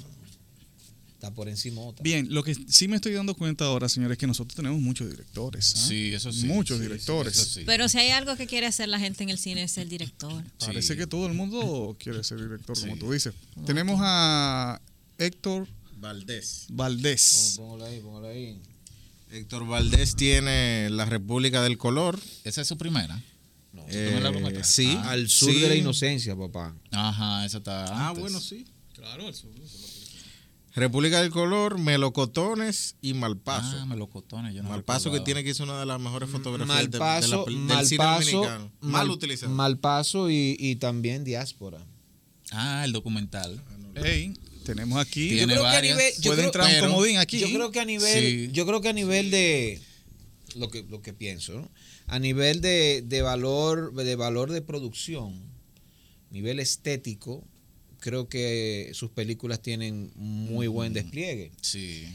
Speaker 2: Está por encima
Speaker 3: Bien, lo que sí me estoy dando cuenta ahora, señores, es que nosotros tenemos muchos directores. ¿ah?
Speaker 4: Sí, eso sí.
Speaker 3: Muchos
Speaker 4: sí, sí,
Speaker 3: directores.
Speaker 4: eso sí.
Speaker 5: Pero si hay algo que quiere hacer la gente en el cine es el director.
Speaker 3: Parece
Speaker 4: Sí.
Speaker 3: que todo el mundo quiere ser director, como
Speaker 4: Sí.
Speaker 3: tú dices. Tenemos a Héctor
Speaker 6: Valdés.
Speaker 3: Valdés.
Speaker 2: Póngalo ahí, póngalo ahí.
Speaker 6: Héctor Valdés tiene La República del Color.
Speaker 4: Esa es su primera.
Speaker 2: No,
Speaker 6: Eh,
Speaker 4: me la prometas.
Speaker 6: sí.
Speaker 4: Ah.
Speaker 2: Al sur
Speaker 6: Sí.
Speaker 2: de la inocencia, papá.
Speaker 4: Ajá, esa está.
Speaker 6: Ah,
Speaker 4: antes.
Speaker 6: bueno, sí.
Speaker 3: Claro,
Speaker 6: República del Color, Melocotones y Malpaso.
Speaker 4: Ah, melocotones. Yo no
Speaker 6: Malpaso que
Speaker 4: recordaba.
Speaker 6: tiene que es una de las mejores fotografías de-
Speaker 2: Malpaso,
Speaker 6: de, la, peli- del cine
Speaker 2: malpaso,
Speaker 6: dominicano. Mal,
Speaker 2: mal-
Speaker 6: utilizado.
Speaker 2: Malpaso y, y también diáspora.
Speaker 4: Ah, el documental.
Speaker 3: tenemos aquí.
Speaker 4: Tiene
Speaker 2: creo que a
Speaker 4: varias.
Speaker 2: nivel- yo
Speaker 3: Puede
Speaker 2: creo-
Speaker 3: entrar
Speaker 4: pero-
Speaker 3: un comodín aquí.
Speaker 2: Yo creo que a nivel,
Speaker 4: Sí.
Speaker 2: yo creo que a nivel de lo que, lo que pienso, ¿no? a nivel de, de valor, de valor de producción, nivel estético, creo que sus películas tienen muy buen
Speaker 4: Mm.
Speaker 2: despliegue.
Speaker 4: Sí.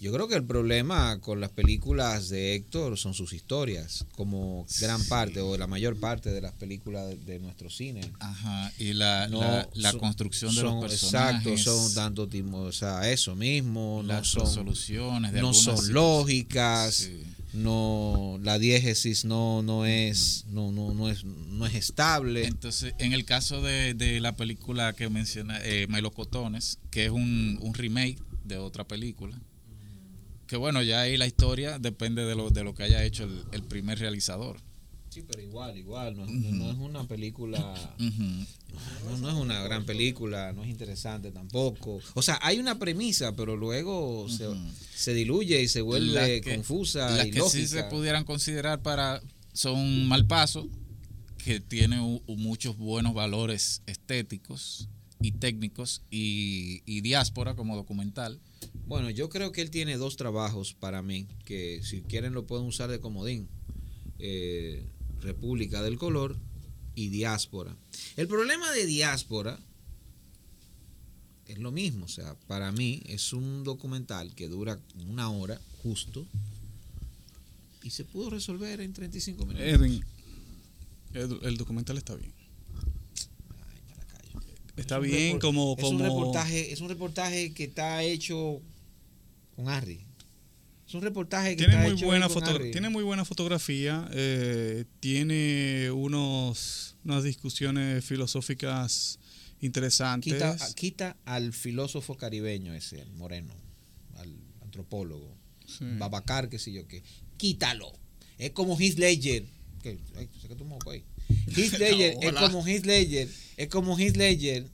Speaker 2: Yo creo que el problema con las películas de Héctor son sus historias, como gran parte o la mayor parte de las películas de, de nuestro cine.
Speaker 4: Ajá. Y la,
Speaker 2: No,
Speaker 4: la, la
Speaker 2: son-
Speaker 4: construcción de
Speaker 2: son-
Speaker 4: los personajes.
Speaker 2: Exacto, son tanto timo, o sea, eso mismo, no
Speaker 4: Las
Speaker 2: son
Speaker 4: resoluciones de
Speaker 2: no
Speaker 4: algunas
Speaker 2: son
Speaker 4: sí-
Speaker 2: lógicas,
Speaker 4: Sí.
Speaker 2: no la diégesis no no es no no no es no es estable.
Speaker 4: Entonces, en el caso de, de la película que menciona, eh, Melocotones, que es un, un remake de otra película, que bueno, ya ahí la historia depende de lo, de lo que haya hecho el, el primer realizador.
Speaker 2: Sí, pero igual, igual, no, es- no es una película
Speaker 4: Ujú.
Speaker 2: No, no es una gran película, no es interesante tampoco. O sea, hay una premisa, pero luego se, se diluye y se vuelve
Speaker 4: Las que-
Speaker 2: confusa
Speaker 4: Las
Speaker 2: y
Speaker 4: que sí
Speaker 2: lógica.
Speaker 4: se pudieran considerar para son mal paso, que tiene u- u- muchos buenos valores estéticos y técnicos y, y diáspora como documental.
Speaker 2: Bueno, yo creo que él tiene dos trabajos para mí, que si quieren lo pueden usar de comodín. Eh, República del Color y Diáspora. El problema de Diáspora es lo mismo, o sea, para mí es un documental que dura una hora justo y se pudo resolver en 35 minutos.
Speaker 3: Edwin, el, el documental está bien.
Speaker 2: Ay, me la callo.
Speaker 3: Está
Speaker 2: Es un
Speaker 3: bien
Speaker 2: repor-
Speaker 3: como...
Speaker 2: es
Speaker 3: como
Speaker 2: un reportaje es un reportaje que está hecho con Harry es un reportaje que
Speaker 3: tiene
Speaker 2: está
Speaker 3: muy,
Speaker 2: hecho
Speaker 3: buena
Speaker 2: ahí con
Speaker 3: foto-
Speaker 2: Harry.
Speaker 3: tiene muy buena fotografía, eh, tiene unos, unas discusiones filosóficas interesantes.
Speaker 2: quita, a- quita al filósofo caribeño ese el moreno al antropólogo
Speaker 3: Sí.
Speaker 2: Babacar qué sé yo qué quítalo Es como Heath Ledger. ¿Qué? Ay, saca tu moco ahí. Heath Ledger es
Speaker 3: Hola.
Speaker 2: como Heath Ledger, es como Heath Ledger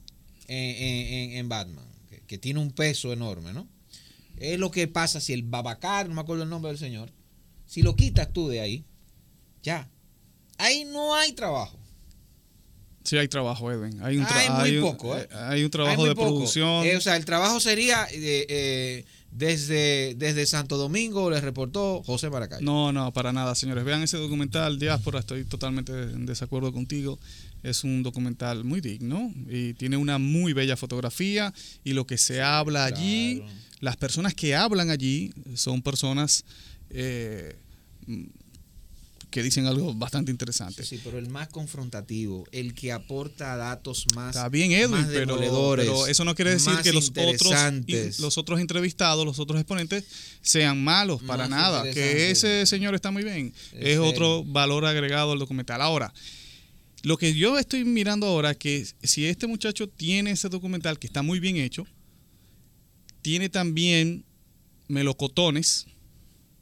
Speaker 2: en, en- en- en Batman, que, que tiene un peso enorme, ¿no? Es lo que pasa si el Babacar, no me acuerdo el nombre del señor, si lo quitas tú de ahí, ya. Ahí no hay trabajo.
Speaker 3: Sí, hay trabajo, Edwin. Hay un, tra-
Speaker 2: Hay muy
Speaker 3: hay un-
Speaker 2: poco, ¿eh?
Speaker 3: eh, hay un trabajo
Speaker 2: Hay muy
Speaker 3: de
Speaker 2: poco.
Speaker 3: producción.
Speaker 2: Eh, o sea, el trabajo sería eh, eh, desde, desde Santo Domingo, les reportó José Maracayo.
Speaker 3: No, no, para nada, señores. Vean ese documental, Diáspora, estoy totalmente en desacuerdo contigo. Es un documental muy digno y tiene una muy bella fotografía y lo que se habla allí,
Speaker 2: claro.
Speaker 3: las personas que hablan allí son personas eh, mm, que dicen algo bastante interesante.
Speaker 2: Sí, pero el más confrontativo, el que aporta datos más.
Speaker 3: Está bien, Edwin,
Speaker 2: más
Speaker 3: pero,
Speaker 2: demoledores,
Speaker 3: pero eso no quiere decir
Speaker 2: más
Speaker 3: que los otros,
Speaker 2: interesantes.
Speaker 3: los otros entrevistados, los otros exponentes, sean malos
Speaker 2: Más
Speaker 3: para nada. Que
Speaker 2: interesantes.
Speaker 3: ese señor está muy bien.
Speaker 2: En
Speaker 3: es
Speaker 2: serio.
Speaker 3: otro valor agregado al documental. Ahora, lo que yo estoy mirando ahora es que si este muchacho tiene ese documental que está muy bien hecho, tiene también melocotones.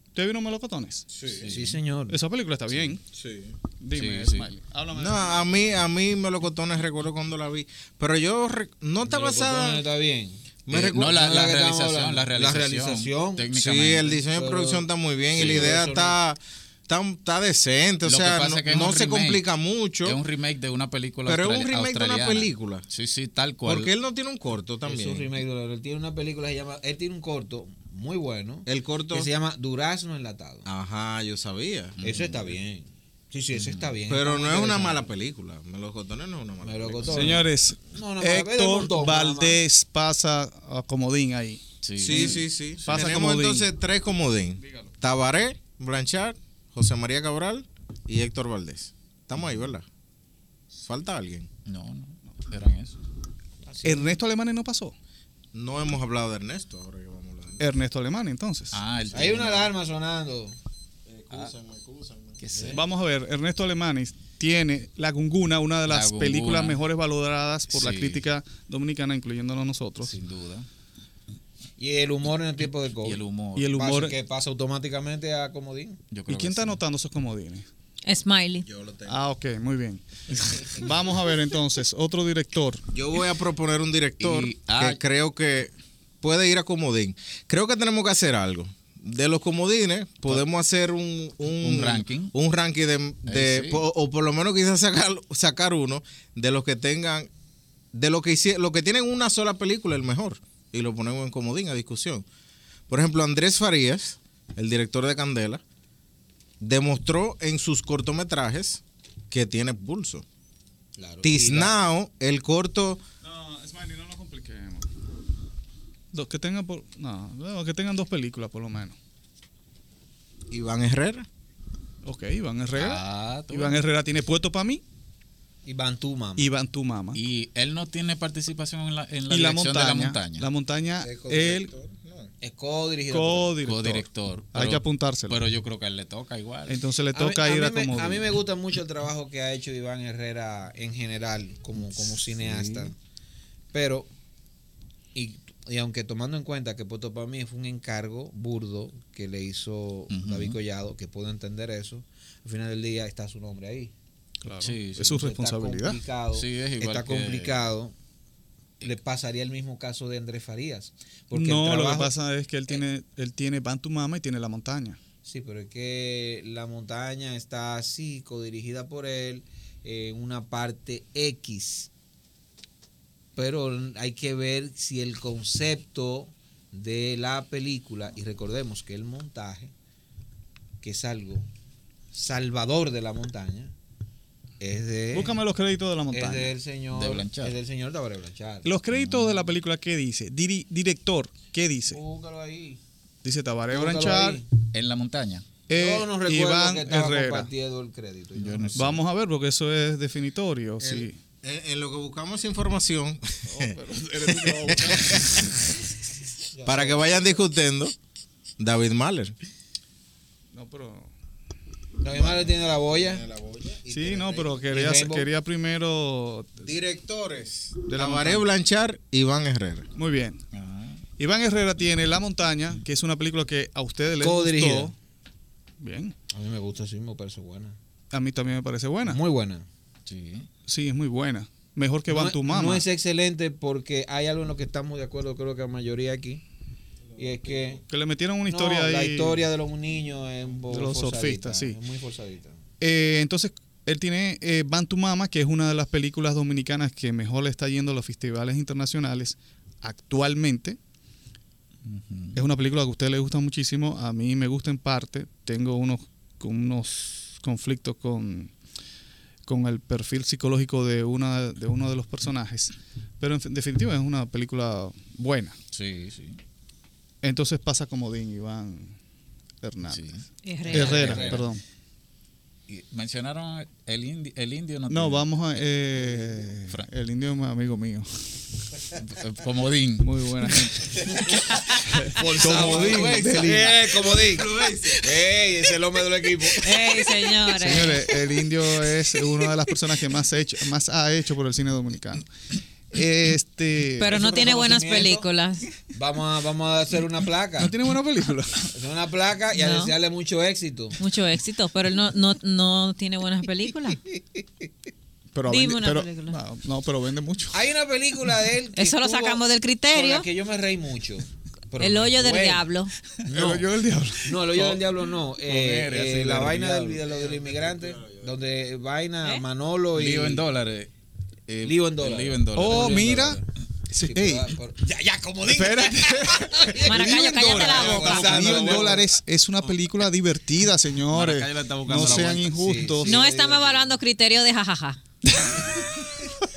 Speaker 3: ¿Ustedes vieron melocotones?
Speaker 2: Sí, sí, señor.
Speaker 3: Esa película está bien.
Speaker 6: Sí.
Speaker 3: Dime,
Speaker 4: Sí, sí.
Speaker 3: Smiley. Háblame.
Speaker 6: No, a mí, a mí Melocotones recuerdo cuando la vi. Pero yo re- no está
Speaker 2: Pero Cotone
Speaker 6: basada.
Speaker 2: está bien.
Speaker 6: Me
Speaker 4: Eh,
Speaker 6: recuerdo-
Speaker 4: no, la,
Speaker 2: no,
Speaker 4: la
Speaker 2: la que estábamos
Speaker 4: realización, la
Speaker 2: hablando. La
Speaker 4: realización.
Speaker 2: realización.
Speaker 4: técnicamente.
Speaker 6: Sí, el diseño de
Speaker 2: Pero-
Speaker 6: producción está muy bien y
Speaker 2: Sí,
Speaker 6: la
Speaker 2: pero
Speaker 6: idea
Speaker 2: eso
Speaker 6: está, está, está decente. O
Speaker 4: Lo que
Speaker 6: sea,
Speaker 4: pasa
Speaker 6: no,
Speaker 4: es que es
Speaker 6: no
Speaker 4: un
Speaker 6: se
Speaker 4: remake.
Speaker 6: complica mucho.
Speaker 4: Es un remake de una película
Speaker 6: Pero es un
Speaker 4: australi-
Speaker 6: remake de una
Speaker 4: australiana.
Speaker 6: película.
Speaker 4: Sí, sí, tal cual.
Speaker 6: Porque él no tiene un corto
Speaker 2: Es un
Speaker 6: también.
Speaker 2: remake de la- Él tiene una película que se llama. Él tiene un corto muy bueno.
Speaker 6: El corto.
Speaker 2: que se llama Durazno enlatado.
Speaker 6: Ajá, yo sabía.
Speaker 2: Eso está bien. Sí, sí, eso está bien.
Speaker 6: Pero
Speaker 2: Está muy
Speaker 6: no es una
Speaker 2: interesante.
Speaker 6: mala película. Melocotones no es una mala película.
Speaker 2: Melocotones.
Speaker 3: Señores,
Speaker 2: No, no, pero vete un
Speaker 3: Héctor
Speaker 2: montón, nada más.
Speaker 3: Valdés pasa a comodín ahí.
Speaker 4: Sí,
Speaker 6: Sí, sí, sí.
Speaker 3: Pasa
Speaker 6: Tenemos
Speaker 3: comodín.
Speaker 6: entonces tres comodín. Tabaré, Blanchard, José María Cabral y Héctor Valdés. Estamos ahí, ¿verdad? Falta alguien.
Speaker 4: No, no, no, eran esos.
Speaker 3: Ernesto Alemán no pasó.
Speaker 6: No hemos hablado de Ernesto. Ahora que vamos a hablar de
Speaker 3: Ernesto Alemán, entonces.
Speaker 4: Ah, el
Speaker 2: Hay
Speaker 4: tío.
Speaker 2: una alarma sonando.
Speaker 4: Que sé.
Speaker 3: Vamos a ver, Ernesto Alemanes tiene La Gunguna, una de
Speaker 4: La
Speaker 3: las
Speaker 4: Gunguna.
Speaker 3: películas mejores valoradas por la
Speaker 4: Sí.
Speaker 3: crítica dominicana, incluyéndonos nosotros.
Speaker 4: Sin duda.
Speaker 2: Y el humor en el tiempo de COVID.
Speaker 4: Y el humor.
Speaker 3: Y el
Speaker 2: Pasa-
Speaker 3: humor.
Speaker 2: que pasa automáticamente a Comodín.
Speaker 4: Yo
Speaker 3: ¿Y
Speaker 4: creo que
Speaker 3: quién está
Speaker 4: sí.
Speaker 3: anotando esos comodines?
Speaker 5: Smiley.
Speaker 3: Ah, ok, muy bien. Vamos a ver entonces, otro director.
Speaker 6: Yo voy a proponer un director
Speaker 4: Y- ah.
Speaker 6: que creo que puede ir a comodín. Creo que tenemos que hacer algo. De los comodines podemos hacer un,
Speaker 4: Un ranking.
Speaker 6: Un ranking de, de-
Speaker 4: Eh, sí.
Speaker 6: po- o por lo menos quizás sacar, sacar uno de los que tengan, de los que hici- los que tienen una sola película, el mejor. Y lo ponemos en comodín a discusión. Por ejemplo, Andrés Farías, el director de Candela, demostró en sus cortometrajes que tiene pulso.
Speaker 2: Claro.
Speaker 6: Tiznao, el corto
Speaker 3: No, Smiley, no nos compliquemos. Dos, que tengan por, no, no, que tengan dos películas por lo menos.
Speaker 6: Iván Herrera.
Speaker 3: Ok, Iván Herrera.
Speaker 4: Ah, tú
Speaker 3: ¿Eh? Iván
Speaker 4: ves.
Speaker 3: Herrera tiene puesto para mí.
Speaker 2: Y Bantú, mamá.
Speaker 3: Iván tu mamá. Y,
Speaker 4: Y él no tiene participación en la, en la
Speaker 3: la
Speaker 4: dirección
Speaker 3: montaña,
Speaker 4: de la montaña.
Speaker 3: La montaña, el
Speaker 2: Es co-dirigido. por-
Speaker 3: codirector.
Speaker 4: Co-director.
Speaker 3: Hay
Speaker 4: Pero-
Speaker 3: que apuntárselo.
Speaker 4: Pero yo creo que a él le toca igual.
Speaker 3: Entonces le
Speaker 2: A mí-
Speaker 3: toca
Speaker 2: a mí
Speaker 3: ir a,
Speaker 2: me-
Speaker 3: como.
Speaker 2: A mí me gusta mucho el trabajo que ha hecho Iván Herrera en general como, como cineasta. Pero, y, y aunque tomando en cuenta que Puerto para mí fue un encargo burdo que le hizo
Speaker 4: Ujú.
Speaker 2: David Collado, que puedo entender eso, al final del día está su nombre ahí.
Speaker 4: Sí, sí.
Speaker 3: es
Speaker 2: Entonces,
Speaker 3: su
Speaker 2: Está
Speaker 3: responsabilidad.
Speaker 2: complicado.
Speaker 4: Sí, es igual
Speaker 2: está
Speaker 4: que-
Speaker 2: complicado. Le pasaría el mismo caso de Andrés Farías. Porque
Speaker 3: No,
Speaker 2: el
Speaker 3: lo que
Speaker 2: trabajo-
Speaker 3: pasa es que él
Speaker 4: Eh.
Speaker 3: tiene, él tiene Van tu mamá y tiene la montaña.
Speaker 2: Sí, pero es que la montaña está así, codirigida por él, en una parte X. Pero hay que ver si el concepto de la película, y recordemos que el montaje, que es algo salvador de la montaña, es de,
Speaker 3: Búscame los créditos de la
Speaker 2: es
Speaker 3: montaña.
Speaker 2: del señor
Speaker 4: De Blanchard.
Speaker 2: Es del señor Tabaré Blanchard.
Speaker 3: Los
Speaker 4: Mm.
Speaker 3: créditos de la película, ¿qué dice? Diri- director, ¿qué dice?
Speaker 2: Búscalo ahí.
Speaker 3: Dice Tabaré
Speaker 2: búscalo
Speaker 3: Branchar,
Speaker 2: Oh. ahí.
Speaker 4: En la montaña.
Speaker 3: eh,
Speaker 2: Yo no recuerdo
Speaker 3: Iván
Speaker 2: que estaba
Speaker 3: Herrera.
Speaker 2: compartiendo el crédito. Yo
Speaker 4: no sé.
Speaker 3: Vamos a ver, porque eso es definitorio. sí.
Speaker 6: En, en eh, lo que buscamos esa información, para que vayan discutiendo, David Mahler.
Speaker 3: No, pero.
Speaker 2: Lo mismo le tiene la boya.
Speaker 3: Sí, no, pero quería,
Speaker 2: este, Rainbow.
Speaker 3: quería primero.
Speaker 6: Directores.
Speaker 3: De
Speaker 6: De
Speaker 3: la
Speaker 6: la Blanchard, Iván Herrera.
Speaker 3: Muy bien.
Speaker 4: Ah,
Speaker 3: Iván Herrera tiene La Montaña, que es una película que a ustedes les
Speaker 2: Co-dirigida.
Speaker 3: gustó. Bien.
Speaker 2: A mí me gusta, sí, me parece buena.
Speaker 3: A mí también me parece buena.
Speaker 2: Muy buena.
Speaker 4: Sí.
Speaker 3: Sí, es muy buena. Mejor que Van
Speaker 2: no,
Speaker 3: tu
Speaker 2: es-
Speaker 3: Mama.
Speaker 2: no es excelente porque hay algo en lo que estamos de acuerdo, creo que la mayoría aquí. Y es que
Speaker 3: Que le metieron
Speaker 2: no,
Speaker 3: una historia ahí.
Speaker 2: la historia de los niños es un poco
Speaker 3: De los
Speaker 2: forzadita,
Speaker 3: surfistas, sí.
Speaker 2: Es muy forzadita.
Speaker 3: Eh, entonces, él tiene eh, Van Tu Mama, que es una de las películas dominicanas que mejor le está yendo a los festivales internacionales actualmente. Es una película que a usted le gusta muchísimo, a mí me gusta en parte. Tengo unos, con unos conflictos con, con el perfil psicológico de, una, de uno de los personajes, pero en fin- definitiva es una película buena.
Speaker 4: Sí, sí.
Speaker 3: Entonces pasa como Dean Iván Hernández.
Speaker 4: sí.
Speaker 5: Es real.
Speaker 3: Herrera,
Speaker 4: Herrera.
Speaker 3: perdón.
Speaker 4: pues. Y mencionaron el, indi- el indio. No,
Speaker 3: No,
Speaker 4: tiene-
Speaker 3: vamos a. eh,
Speaker 4: Fran.
Speaker 3: el indio es un amigo mío.
Speaker 4: eh, Comodín.
Speaker 3: Muy buena gente.
Speaker 2: Comodín. Eh, comodín. Ey, ese es el hombre del equipo.
Speaker 5: ¡Ey, señores!
Speaker 3: Señores, el indio es una de las personas que más, ha hecho, más ha hecho por el cine dominicano. Este.
Speaker 5: Pero
Speaker 2: es
Speaker 5: no
Speaker 2: un
Speaker 5: tiene buenas
Speaker 2: reconocimiento.
Speaker 5: películas.
Speaker 2: Vamos a, vamos a hacer una placa.
Speaker 3: ¿No tiene buena película?
Speaker 2: Hacer una placa y a
Speaker 5: No.
Speaker 2: desearle mucho éxito.
Speaker 5: Mucho éxito, pero él no, no, no tiene buenas películas.
Speaker 3: Pero
Speaker 5: Dime
Speaker 3: vende-
Speaker 5: una
Speaker 3: pero-
Speaker 5: película.
Speaker 3: No, no, pero vende mucho.
Speaker 2: Hay una película de él. que
Speaker 5: Eso lo
Speaker 2: estuvo-
Speaker 5: sacamos del
Speaker 2: con
Speaker 5: criterio.
Speaker 2: la que yo me reí mucho. Pero
Speaker 5: El
Speaker 2: no
Speaker 5: hoyo del
Speaker 2: recuerdo.
Speaker 5: diablo. Oh.
Speaker 2: No.
Speaker 3: El hoyo del diablo.
Speaker 2: No, el hoyo del diablo no. Eh,
Speaker 4: R,
Speaker 2: eh,
Speaker 4: así,
Speaker 2: la
Speaker 4: del
Speaker 2: vaina del,
Speaker 4: diablo.
Speaker 2: de lo del inmigrante, donde vaina
Speaker 5: ¿Eh?
Speaker 2: Manolo y.
Speaker 4: Lío en dólares. Eh,
Speaker 2: Lío en dólares.
Speaker 4: Lío en dólares.
Speaker 3: Oh,
Speaker 4: Lío en
Speaker 3: mira.
Speaker 4: dólares.
Speaker 3: Sí,
Speaker 2: Sí,
Speaker 3: ey,
Speaker 2: por- ya, ya, como dije.
Speaker 3: espérate.
Speaker 5: Maracayo, cállate la boca.
Speaker 2: Avanzando,
Speaker 3: Lío en
Speaker 2: avanzando.
Speaker 3: dólares es una película divertida, señores.
Speaker 4: Maracayo le está buscando
Speaker 3: No
Speaker 4: la
Speaker 3: sean
Speaker 4: vuelta.
Speaker 3: injustos.
Speaker 2: Sí, sí.
Speaker 5: No estamos evaluando criterio de jajaja.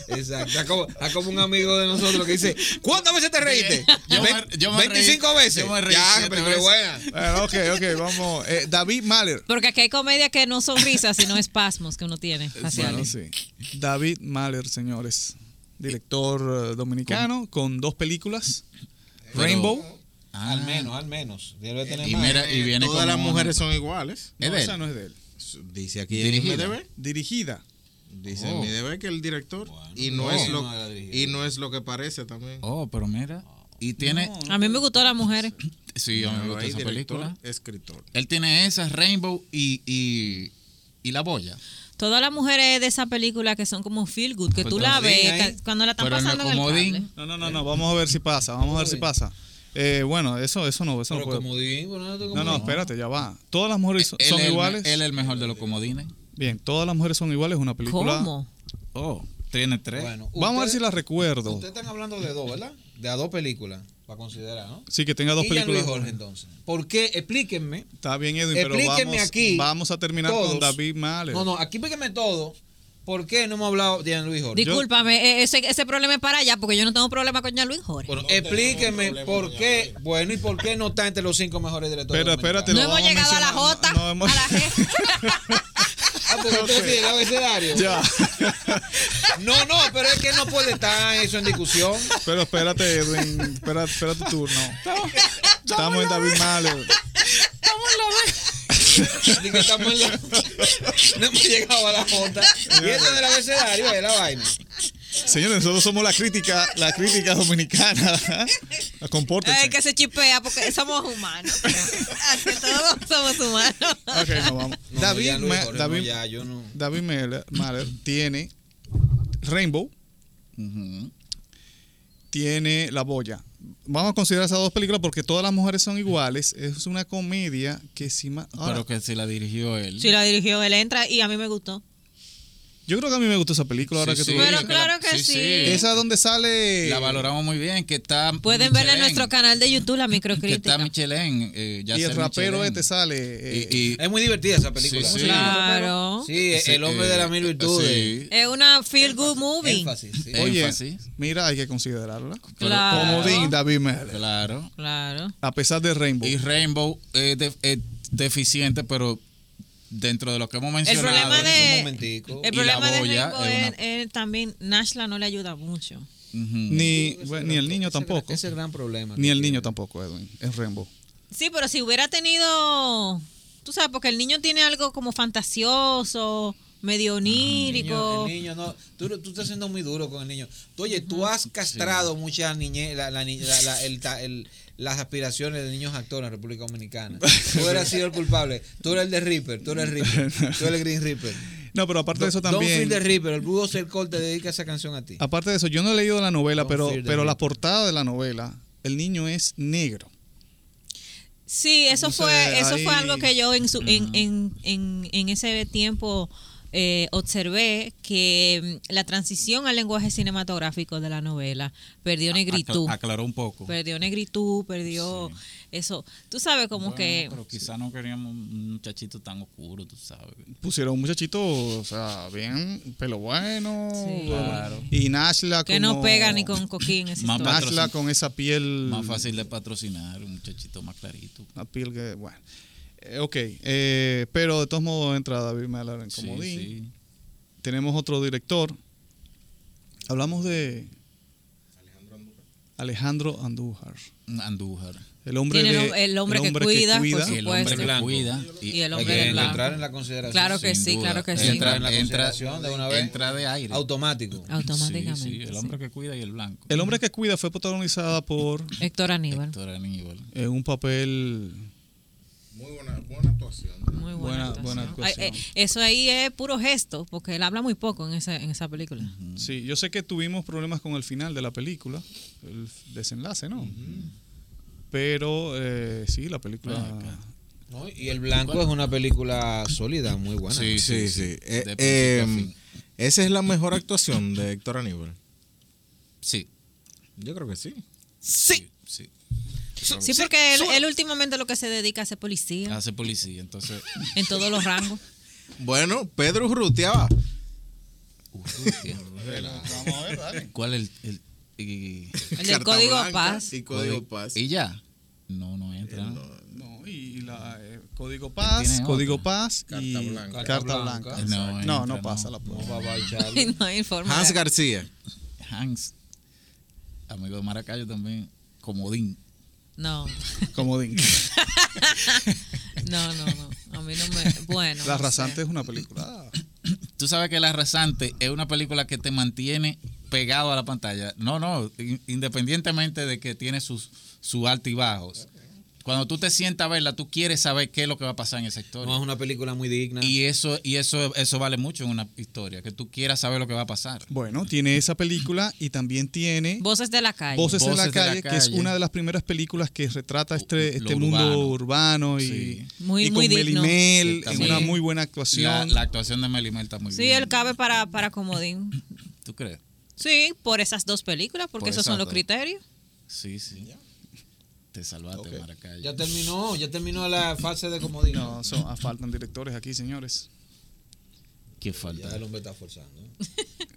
Speaker 2: Exacto. Es como, es como un amigo de nosotros que dice: ¿Cuántas veces te reíste?
Speaker 4: Yo me-
Speaker 2: Ve-
Speaker 4: yo me reí-
Speaker 2: 25 veces.
Speaker 4: yo me reí
Speaker 2: ya,
Speaker 4: siete
Speaker 2: pero
Speaker 4: veces.
Speaker 2: buena.
Speaker 3: Bueno, ok, ok, vamos. Eh, David Mahler.
Speaker 5: Porque aquí hay comedia que no son risas, sino espasmos que uno tiene
Speaker 3: Bueno,
Speaker 5: faciales.
Speaker 3: sí. David Mahler, señores. Director eh, dominicano con dos películas.
Speaker 4: Pero-
Speaker 3: Rainbow.
Speaker 4: Ah,
Speaker 2: Al menos, al menos. Debe tener
Speaker 4: Y
Speaker 2: más.
Speaker 4: mira, y viene como
Speaker 6: Todas las
Speaker 4: un-
Speaker 6: mujeres son iguales.
Speaker 4: ¿Es
Speaker 3: No,
Speaker 4: de él?
Speaker 3: esa no es de él.
Speaker 6: Dice aquí
Speaker 4: Dirigida.
Speaker 6: en IMDb.
Speaker 3: Dirigida.
Speaker 6: Dice
Speaker 4: Oh.
Speaker 6: en IMDb que el director. y, no
Speaker 2: no,
Speaker 6: es lo,
Speaker 2: no era dirigida.
Speaker 6: y no es lo que parece también.
Speaker 4: Oh, pero mira. Y tiene.
Speaker 5: A mí me gustó las mujeres.
Speaker 4: Sí, a mí me
Speaker 6: Pero
Speaker 4: gusta
Speaker 6: hay
Speaker 4: esa
Speaker 6: director,
Speaker 4: película.
Speaker 6: Escritor.
Speaker 4: Él tiene esa, Rainbow y, y, y La Boya.
Speaker 5: Todas las mujeres de esa película que son como feel good, que
Speaker 4: Pues
Speaker 5: tú la
Speaker 4: comodín
Speaker 5: ves
Speaker 4: ahí.
Speaker 5: ca- cuando la están
Speaker 4: Pero en el
Speaker 5: pasando en el
Speaker 4: comodín.
Speaker 5: cable.
Speaker 3: No, no, no, no. Vamos a ver si pasa. Vamos a ver si pasa. Eh, bueno, eso, eso no, eso no
Speaker 2: Pero
Speaker 3: puede.
Speaker 2: como digo, no,
Speaker 3: No, no, espérate, ya va. Todas las mujeres son,
Speaker 4: Él
Speaker 3: son
Speaker 4: es el me-
Speaker 3: iguales.
Speaker 4: Él es el mejor de los comodines.
Speaker 3: Bien, todas las mujeres son iguales. Una película.
Speaker 5: ¿Cómo?
Speaker 4: Oh, tiene tres.
Speaker 2: Bueno,
Speaker 3: Vamos a ver si la recuerdo.
Speaker 2: Ustedes están hablando de dos, ¿verdad? De a dos películas, para considerar, ¿no?
Speaker 3: Sí, que tenga dos
Speaker 2: y ya Luis
Speaker 3: películas.
Speaker 2: Jorge, entonces. ¿Por qué? Explíquenme.
Speaker 3: Está bien, Edwin, pero
Speaker 2: Explíquenme
Speaker 3: vamos,
Speaker 2: aquí.
Speaker 3: vamos a terminar con
Speaker 2: todos.
Speaker 3: David Mahler.
Speaker 2: No, no, aquí explíquenme todo. ¿Por qué no hemos hablado de Luis Jorge?
Speaker 5: Discúlpame, eh, ese, ese problema es para allá, porque yo no tengo problema con Jean Luis Jorge.
Speaker 2: Bueno, explíquenme por qué, bueno, y por qué no está entre los cinco mejores directores.
Speaker 3: Pero espérate,
Speaker 5: no
Speaker 3: lo
Speaker 5: hemos
Speaker 3: vamos a
Speaker 5: llegado a la
Speaker 3: mencionar.
Speaker 5: J,
Speaker 3: No, no hemos-
Speaker 5: a la G.
Speaker 2: dominicanos. Ah, porque usted sigue el abecedario.
Speaker 3: Ya.
Speaker 2: No, no, pero es que no puede estar eso en discusión.
Speaker 3: Pero espérate, Edwin. Espera, espera tu turno. Estamos en David Mahler.
Speaker 2: Así que estamos en la- No hemos llegado a la J. Y eso del abecedario es la vaina.
Speaker 3: Señores, nosotros somos la crítica, la crítica dominicana. Compórtense.
Speaker 5: Ay, que se chipea porque somos humanos. Ante todo somos humanos.
Speaker 3: Ok, no vamos.
Speaker 2: No,
Speaker 3: David,
Speaker 2: ya, Luis
Speaker 3: Ma-
Speaker 2: Jorge,
Speaker 3: David,
Speaker 2: no, ya, yo no.
Speaker 3: David Mahler, Mahler tiene Rainbow,
Speaker 4: Ujú.
Speaker 3: tiene La Boya. Vamos a considerar esas dos películas porque todas las mujeres son iguales. Es una comedia que si ma- ahora,
Speaker 4: Pero que si la dirigió él.
Speaker 5: Si la dirigió, él entra y a mí me gustó.
Speaker 3: Yo creo que a mí me gustó esa película ahora
Speaker 4: Sí,
Speaker 3: que tú
Speaker 4: sí.
Speaker 3: lo
Speaker 5: Pero
Speaker 3: dices.
Speaker 5: claro que sí.
Speaker 3: Esa donde sale.
Speaker 4: La valoramos muy bien, que está.
Speaker 5: Pueden verla en
Speaker 4: Michelin,
Speaker 5: nuestro canal de YouTube, la
Speaker 4: Que está
Speaker 5: microcrítica.
Speaker 4: Michelin. Eh,
Speaker 3: y el
Speaker 4: Yacel
Speaker 3: rapero
Speaker 4: Michelin.
Speaker 3: este sale. eh,
Speaker 4: Y, y-
Speaker 2: Es muy divertida esa película.
Speaker 4: Sí, sí.
Speaker 5: Claro.
Speaker 2: Sí,
Speaker 4: Sí,
Speaker 2: el hombre
Speaker 4: eh,
Speaker 2: de las mil virtudes.
Speaker 4: sí.
Speaker 5: Es una feel good movie.
Speaker 2: Énfasis, sí.
Speaker 4: Eh,
Speaker 3: Oye,
Speaker 4: énfasis.
Speaker 3: mira, hay que considerarla.
Speaker 4: Pero-
Speaker 5: Claro.
Speaker 3: Como Dean David Mahler.
Speaker 4: Claro.
Speaker 5: Claro.
Speaker 3: A pesar de Rainbow.
Speaker 4: Y Rainbow es de- es deficiente, pero dentro de lo que hemos
Speaker 5: El
Speaker 4: mencionado.
Speaker 5: problema
Speaker 2: un
Speaker 5: de.
Speaker 2: momentico.
Speaker 5: El
Speaker 4: Y
Speaker 5: problema
Speaker 4: la
Speaker 5: de
Speaker 4: boya
Speaker 5: Rainbow
Speaker 4: es
Speaker 5: es,
Speaker 4: una-
Speaker 5: es también Nashla no le ayuda mucho.
Speaker 4: Ujú.
Speaker 3: Ni, bueno, ni el niño Eh, tampoco.
Speaker 2: Ese es el gran problema.
Speaker 3: Ni el niño tampoco, Edwin. Es Rainbow.
Speaker 5: Sí, pero si hubiera tenido. Tú sabes, porque el niño tiene algo como fantasioso, medio onírico.
Speaker 2: El niño, no, tú, tú estás siendo muy duro con el niño. Tú, oye, tú has castrado muchas niñez, la- la ni- la- la- el ta- el- las aspiraciones de niños actores en República Dominicana. Tú eras sido el culpable. Tú eres el de Reaper, tú eres el Reaper, tú eres el Green Reaper.
Speaker 3: No, pero aparte de eso
Speaker 2: Don't
Speaker 3: también. Ah,
Speaker 2: Feel the Reaper, el Blue Ocel Cole te dedica esa canción a ti.
Speaker 3: Aparte de eso, yo no he leído la novela,
Speaker 2: Don't
Speaker 3: pero,
Speaker 2: fear the
Speaker 3: pero la
Speaker 2: reaper.
Speaker 3: portada de la novela, el niño es negro.
Speaker 5: Sí, eso
Speaker 3: Entonces,
Speaker 5: fue eso fue
Speaker 3: ahí-
Speaker 5: algo que yo en, su- en, en, en, en ese tiempo eh, observé que mm, la transición al lenguaje cinematográfico de la novela perdió negritud,
Speaker 4: Acla- Aclaró un poco.
Speaker 5: perdió negritud, perdió eso. Tú sabes como
Speaker 4: Bueno,
Speaker 5: que
Speaker 4: Pero quizás no queríamos un muchachito tan oscuro, tú sabes.
Speaker 3: Pusieron un muchachito, o sea, bien, pelo bueno.
Speaker 5: Sí.
Speaker 4: Claro.
Speaker 3: Y Nashla
Speaker 5: que no pega ni con coquín esa
Speaker 4: Mamá
Speaker 5: historia.
Speaker 3: Nashla con esa piel.
Speaker 4: Más fácil de patrocinar, un muchachito más clarito.
Speaker 3: Una piel que, bueno. Eh, ok, eh, pero de todos modos entra David Mellor en
Speaker 4: Sí,
Speaker 3: Comodín.
Speaker 4: sí.
Speaker 3: Tenemos otro director. Hablamos de. Alejandro Andújar.
Speaker 4: Andújar.
Speaker 3: El hombre,
Speaker 5: Tiene
Speaker 3: de-
Speaker 5: el hom- el hombre que cuida, por
Speaker 4: Y el
Speaker 5: Supuesto.
Speaker 4: hombre que cuida.
Speaker 5: Y el
Speaker 2: Hay
Speaker 5: hombre
Speaker 2: que
Speaker 5: de blanco.
Speaker 2: entrar en la consideración.
Speaker 5: Claro que
Speaker 4: sin
Speaker 5: sí,
Speaker 4: duda.
Speaker 5: claro que sí.
Speaker 2: Entra en la
Speaker 4: entra-
Speaker 2: consideración de una vez.
Speaker 4: Entra de aire.
Speaker 2: Automático.
Speaker 5: Ah. Automáticamente.
Speaker 4: Sí, sí, el
Speaker 5: sí.
Speaker 4: hombre que cuida y el blanco.
Speaker 3: El hombre que cuida fue protagonizada por
Speaker 5: Héctor Aníbal.
Speaker 4: Héctor Aníbal.
Speaker 3: eh, un papel
Speaker 6: Muy buena, buena actuación.
Speaker 5: Muy
Speaker 3: Buena-
Speaker 5: buena,
Speaker 3: buena
Speaker 5: actuación.
Speaker 3: actuación.
Speaker 5: Ay, eh, eso ahí es puro gesto, porque él habla muy poco en esa, en esa película.
Speaker 3: Sí, yo sé que tuvimos problemas con el final de la película, el desenlace, ¿no? Pero eh, sí, la película.
Speaker 2: ¿no? Y El Blanco es una película sólida, muy buena.
Speaker 4: Sí,
Speaker 6: Sí, sí.
Speaker 4: sí.
Speaker 6: Eh,
Speaker 4: De
Speaker 6: eh,
Speaker 4: principio a
Speaker 6: esa es la mejor actuación de Héctor Aníbal.
Speaker 4: Sí.
Speaker 6: Yo creo que sí.
Speaker 4: Sí. sí.
Speaker 5: Sí, porque él, él últimamente lo que se dedica a ser policía
Speaker 4: Hace policía, entonces.
Speaker 5: en todos los rangos.
Speaker 6: Bueno, Pedro Urrutiaba.
Speaker 4: Urrutia. ¿Cuál es el, el- y,
Speaker 5: El del
Speaker 6: Carta
Speaker 5: Código
Speaker 6: Blanca
Speaker 5: Paz.
Speaker 6: Y Código Paz.
Speaker 4: y ya? No, no entra. No,
Speaker 3: No, y, y la, eh, Código
Speaker 4: Tiene
Speaker 3: Paz,
Speaker 4: otra.
Speaker 3: Código Paz y
Speaker 6: Carta Blanca.
Speaker 3: Carta
Speaker 2: Carta
Speaker 3: Blanca.
Speaker 2: Blanca.
Speaker 3: No,
Speaker 4: No,
Speaker 3: no,
Speaker 4: entra,
Speaker 3: pasa
Speaker 4: no.
Speaker 3: la
Speaker 2: No
Speaker 3: prueba.
Speaker 2: va a bailar.
Speaker 5: no hay forma.
Speaker 6: Hans García.
Speaker 4: Hans, amigo de Maracayo también, comodín.
Speaker 5: no,
Speaker 3: Comodín.
Speaker 5: no, no, no. A mí no me. Bueno.
Speaker 3: La
Speaker 5: no sé.
Speaker 3: Rasante es una película.
Speaker 4: Tú sabes que La Arrasante es una película que te mantiene pegado a la pantalla. No, no, in- independientemente de que tiene sus su alto y bajos. Cuando tú te sientas a verla, tú quieres saber qué es lo que va a pasar en esa historia.
Speaker 2: No es una película muy digna.
Speaker 4: Y eso y eso eso vale mucho en una historia, que tú quieras saber lo que va a pasar.
Speaker 3: Bueno, tiene esa película y también tiene
Speaker 5: Voces de la calle.
Speaker 3: Voces, en la
Speaker 4: Voces de la
Speaker 3: calle, que es
Speaker 4: calle.
Speaker 3: una de las primeras películas que
Speaker 2: Uh,
Speaker 3: retrata este,
Speaker 4: Lo
Speaker 3: este mundo urbano,
Speaker 4: urbano
Speaker 3: y,
Speaker 4: Sí.
Speaker 5: Muy-
Speaker 3: y con
Speaker 5: muy
Speaker 3: Melimel
Speaker 5: digno.
Speaker 4: Sí,
Speaker 3: en
Speaker 4: también.
Speaker 3: una muy buena
Speaker 4: Y La,
Speaker 3: actuación.
Speaker 4: la actuación de Melimel está muy
Speaker 5: Sí,
Speaker 4: bien.
Speaker 5: él cabe para, para Comodín.
Speaker 4: ¿Tú crees?
Speaker 5: Sí, por esas dos películas, porque
Speaker 4: Por
Speaker 5: esos
Speaker 4: esas
Speaker 5: son los
Speaker 4: dos.
Speaker 5: criterios.
Speaker 4: Sí, sí. Te salvaste, Maracayo.
Speaker 2: Ya terminó, ya terminó la fase de comodín.
Speaker 3: No, son- ah, faltan directores aquí, señores.
Speaker 4: Qué
Speaker 2: Ya
Speaker 4: falta.
Speaker 2: el hombre está forzando.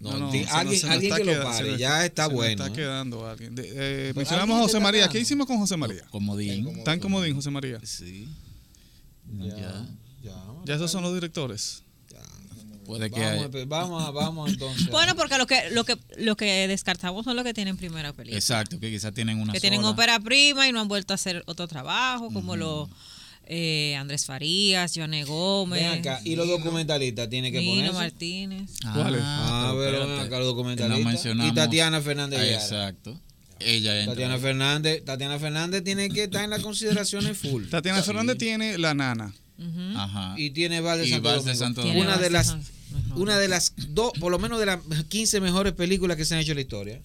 Speaker 2: No,
Speaker 3: No, no,
Speaker 2: di-
Speaker 3: se nos-
Speaker 2: alguien
Speaker 3: se nos
Speaker 2: alguien
Speaker 3: está
Speaker 2: que lo
Speaker 3: quedando- se
Speaker 2: pare,
Speaker 3: nos-
Speaker 2: ya está
Speaker 3: se nos
Speaker 2: bueno.
Speaker 3: Está
Speaker 2: ¿eh?
Speaker 3: quedando alguien. De- eh,
Speaker 2: Pero
Speaker 3: mencionamos a
Speaker 2: alguien
Speaker 3: José
Speaker 2: está
Speaker 3: María.
Speaker 2: tratando.
Speaker 3: ¿Qué hicimos con José María?
Speaker 4: Comodín.
Speaker 3: Tan comodín, José María.
Speaker 4: Sí. No, ya.
Speaker 2: Ya,
Speaker 3: Ya esos son los directores.
Speaker 2: ya.
Speaker 4: Puede que
Speaker 2: Vamos,
Speaker 4: haya.
Speaker 2: empe- vamos, a- vamos entonces. a-
Speaker 5: Bueno, pues, porque lo que, lo que, lo que descartamos son los que tienen primera película.
Speaker 4: Exacto, que quizás tienen una
Speaker 5: que tienen
Speaker 4: sola.
Speaker 5: ópera prima y no han vuelto a hacer otro trabajo, como los eh, Andrés Farías, Johnny Gómez,
Speaker 2: ven acá. Y los documentalistas tienen que
Speaker 5: Nino
Speaker 2: poner.
Speaker 5: Martínez.
Speaker 4: Ah,
Speaker 3: ¿Cuáles?
Speaker 2: Ah, pero ven
Speaker 4: espérate,
Speaker 2: acá los documentalistas.
Speaker 4: no mencionamos.
Speaker 2: Y Tatiana Fernández
Speaker 4: Ah,
Speaker 2: Yara.
Speaker 4: Exacto. Ella entra.
Speaker 2: Tatiana Fernández, Tatiana Fernández tiene que estar en las consideraciones full.
Speaker 3: Tatiana Fernández tiene La Nana.
Speaker 4: Ajá.
Speaker 2: Y tiene Val de
Speaker 4: Y
Speaker 2: Santo
Speaker 4: Val de
Speaker 2: Domingo.
Speaker 4: Santo
Speaker 5: Tiene
Speaker 2: Una
Speaker 5: Val
Speaker 2: de
Speaker 5: de
Speaker 2: las
Speaker 5: Santo Domingo.
Speaker 2: una de las dos, por lo menos de las 15 mejores películas que se han hecho en la historia.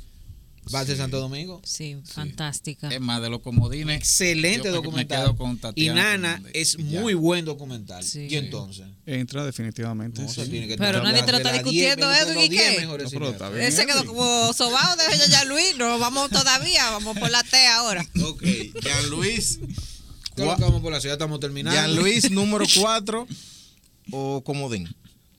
Speaker 2: Val de Santo Domingo.
Speaker 5: Sí, fantástica.
Speaker 4: Es más, de los comodines.
Speaker 2: Excelente
Speaker 4: yo me
Speaker 2: documental.
Speaker 4: quedo con
Speaker 2: Y
Speaker 4: Tatiana
Speaker 2: Nana
Speaker 4: Fernández.
Speaker 2: es
Speaker 4: Ya.
Speaker 2: muy buen documental.
Speaker 5: Sí.
Speaker 2: Y entonces.
Speaker 3: Entra definitivamente.
Speaker 2: no, o sea,
Speaker 3: sí.
Speaker 2: tiene que
Speaker 5: Pero
Speaker 2: estar
Speaker 5: nadie te lo
Speaker 2: de
Speaker 5: está
Speaker 2: las
Speaker 5: discutiendo,
Speaker 2: 10 de
Speaker 5: Edwin,
Speaker 2: los
Speaker 5: ¿y
Speaker 2: 10
Speaker 5: qué?
Speaker 2: mejores
Speaker 3: No, pero
Speaker 2: cineastas.
Speaker 3: está bien.
Speaker 5: Él se quedó como sobado de ella, ya Luis. No vamos todavía, vamos por la T ahora.
Speaker 6: Ok. Jean Luis.
Speaker 2: Creo que vamos por la ciudad, estamos terminando.
Speaker 6: Jean Luis número 4 o Comodín.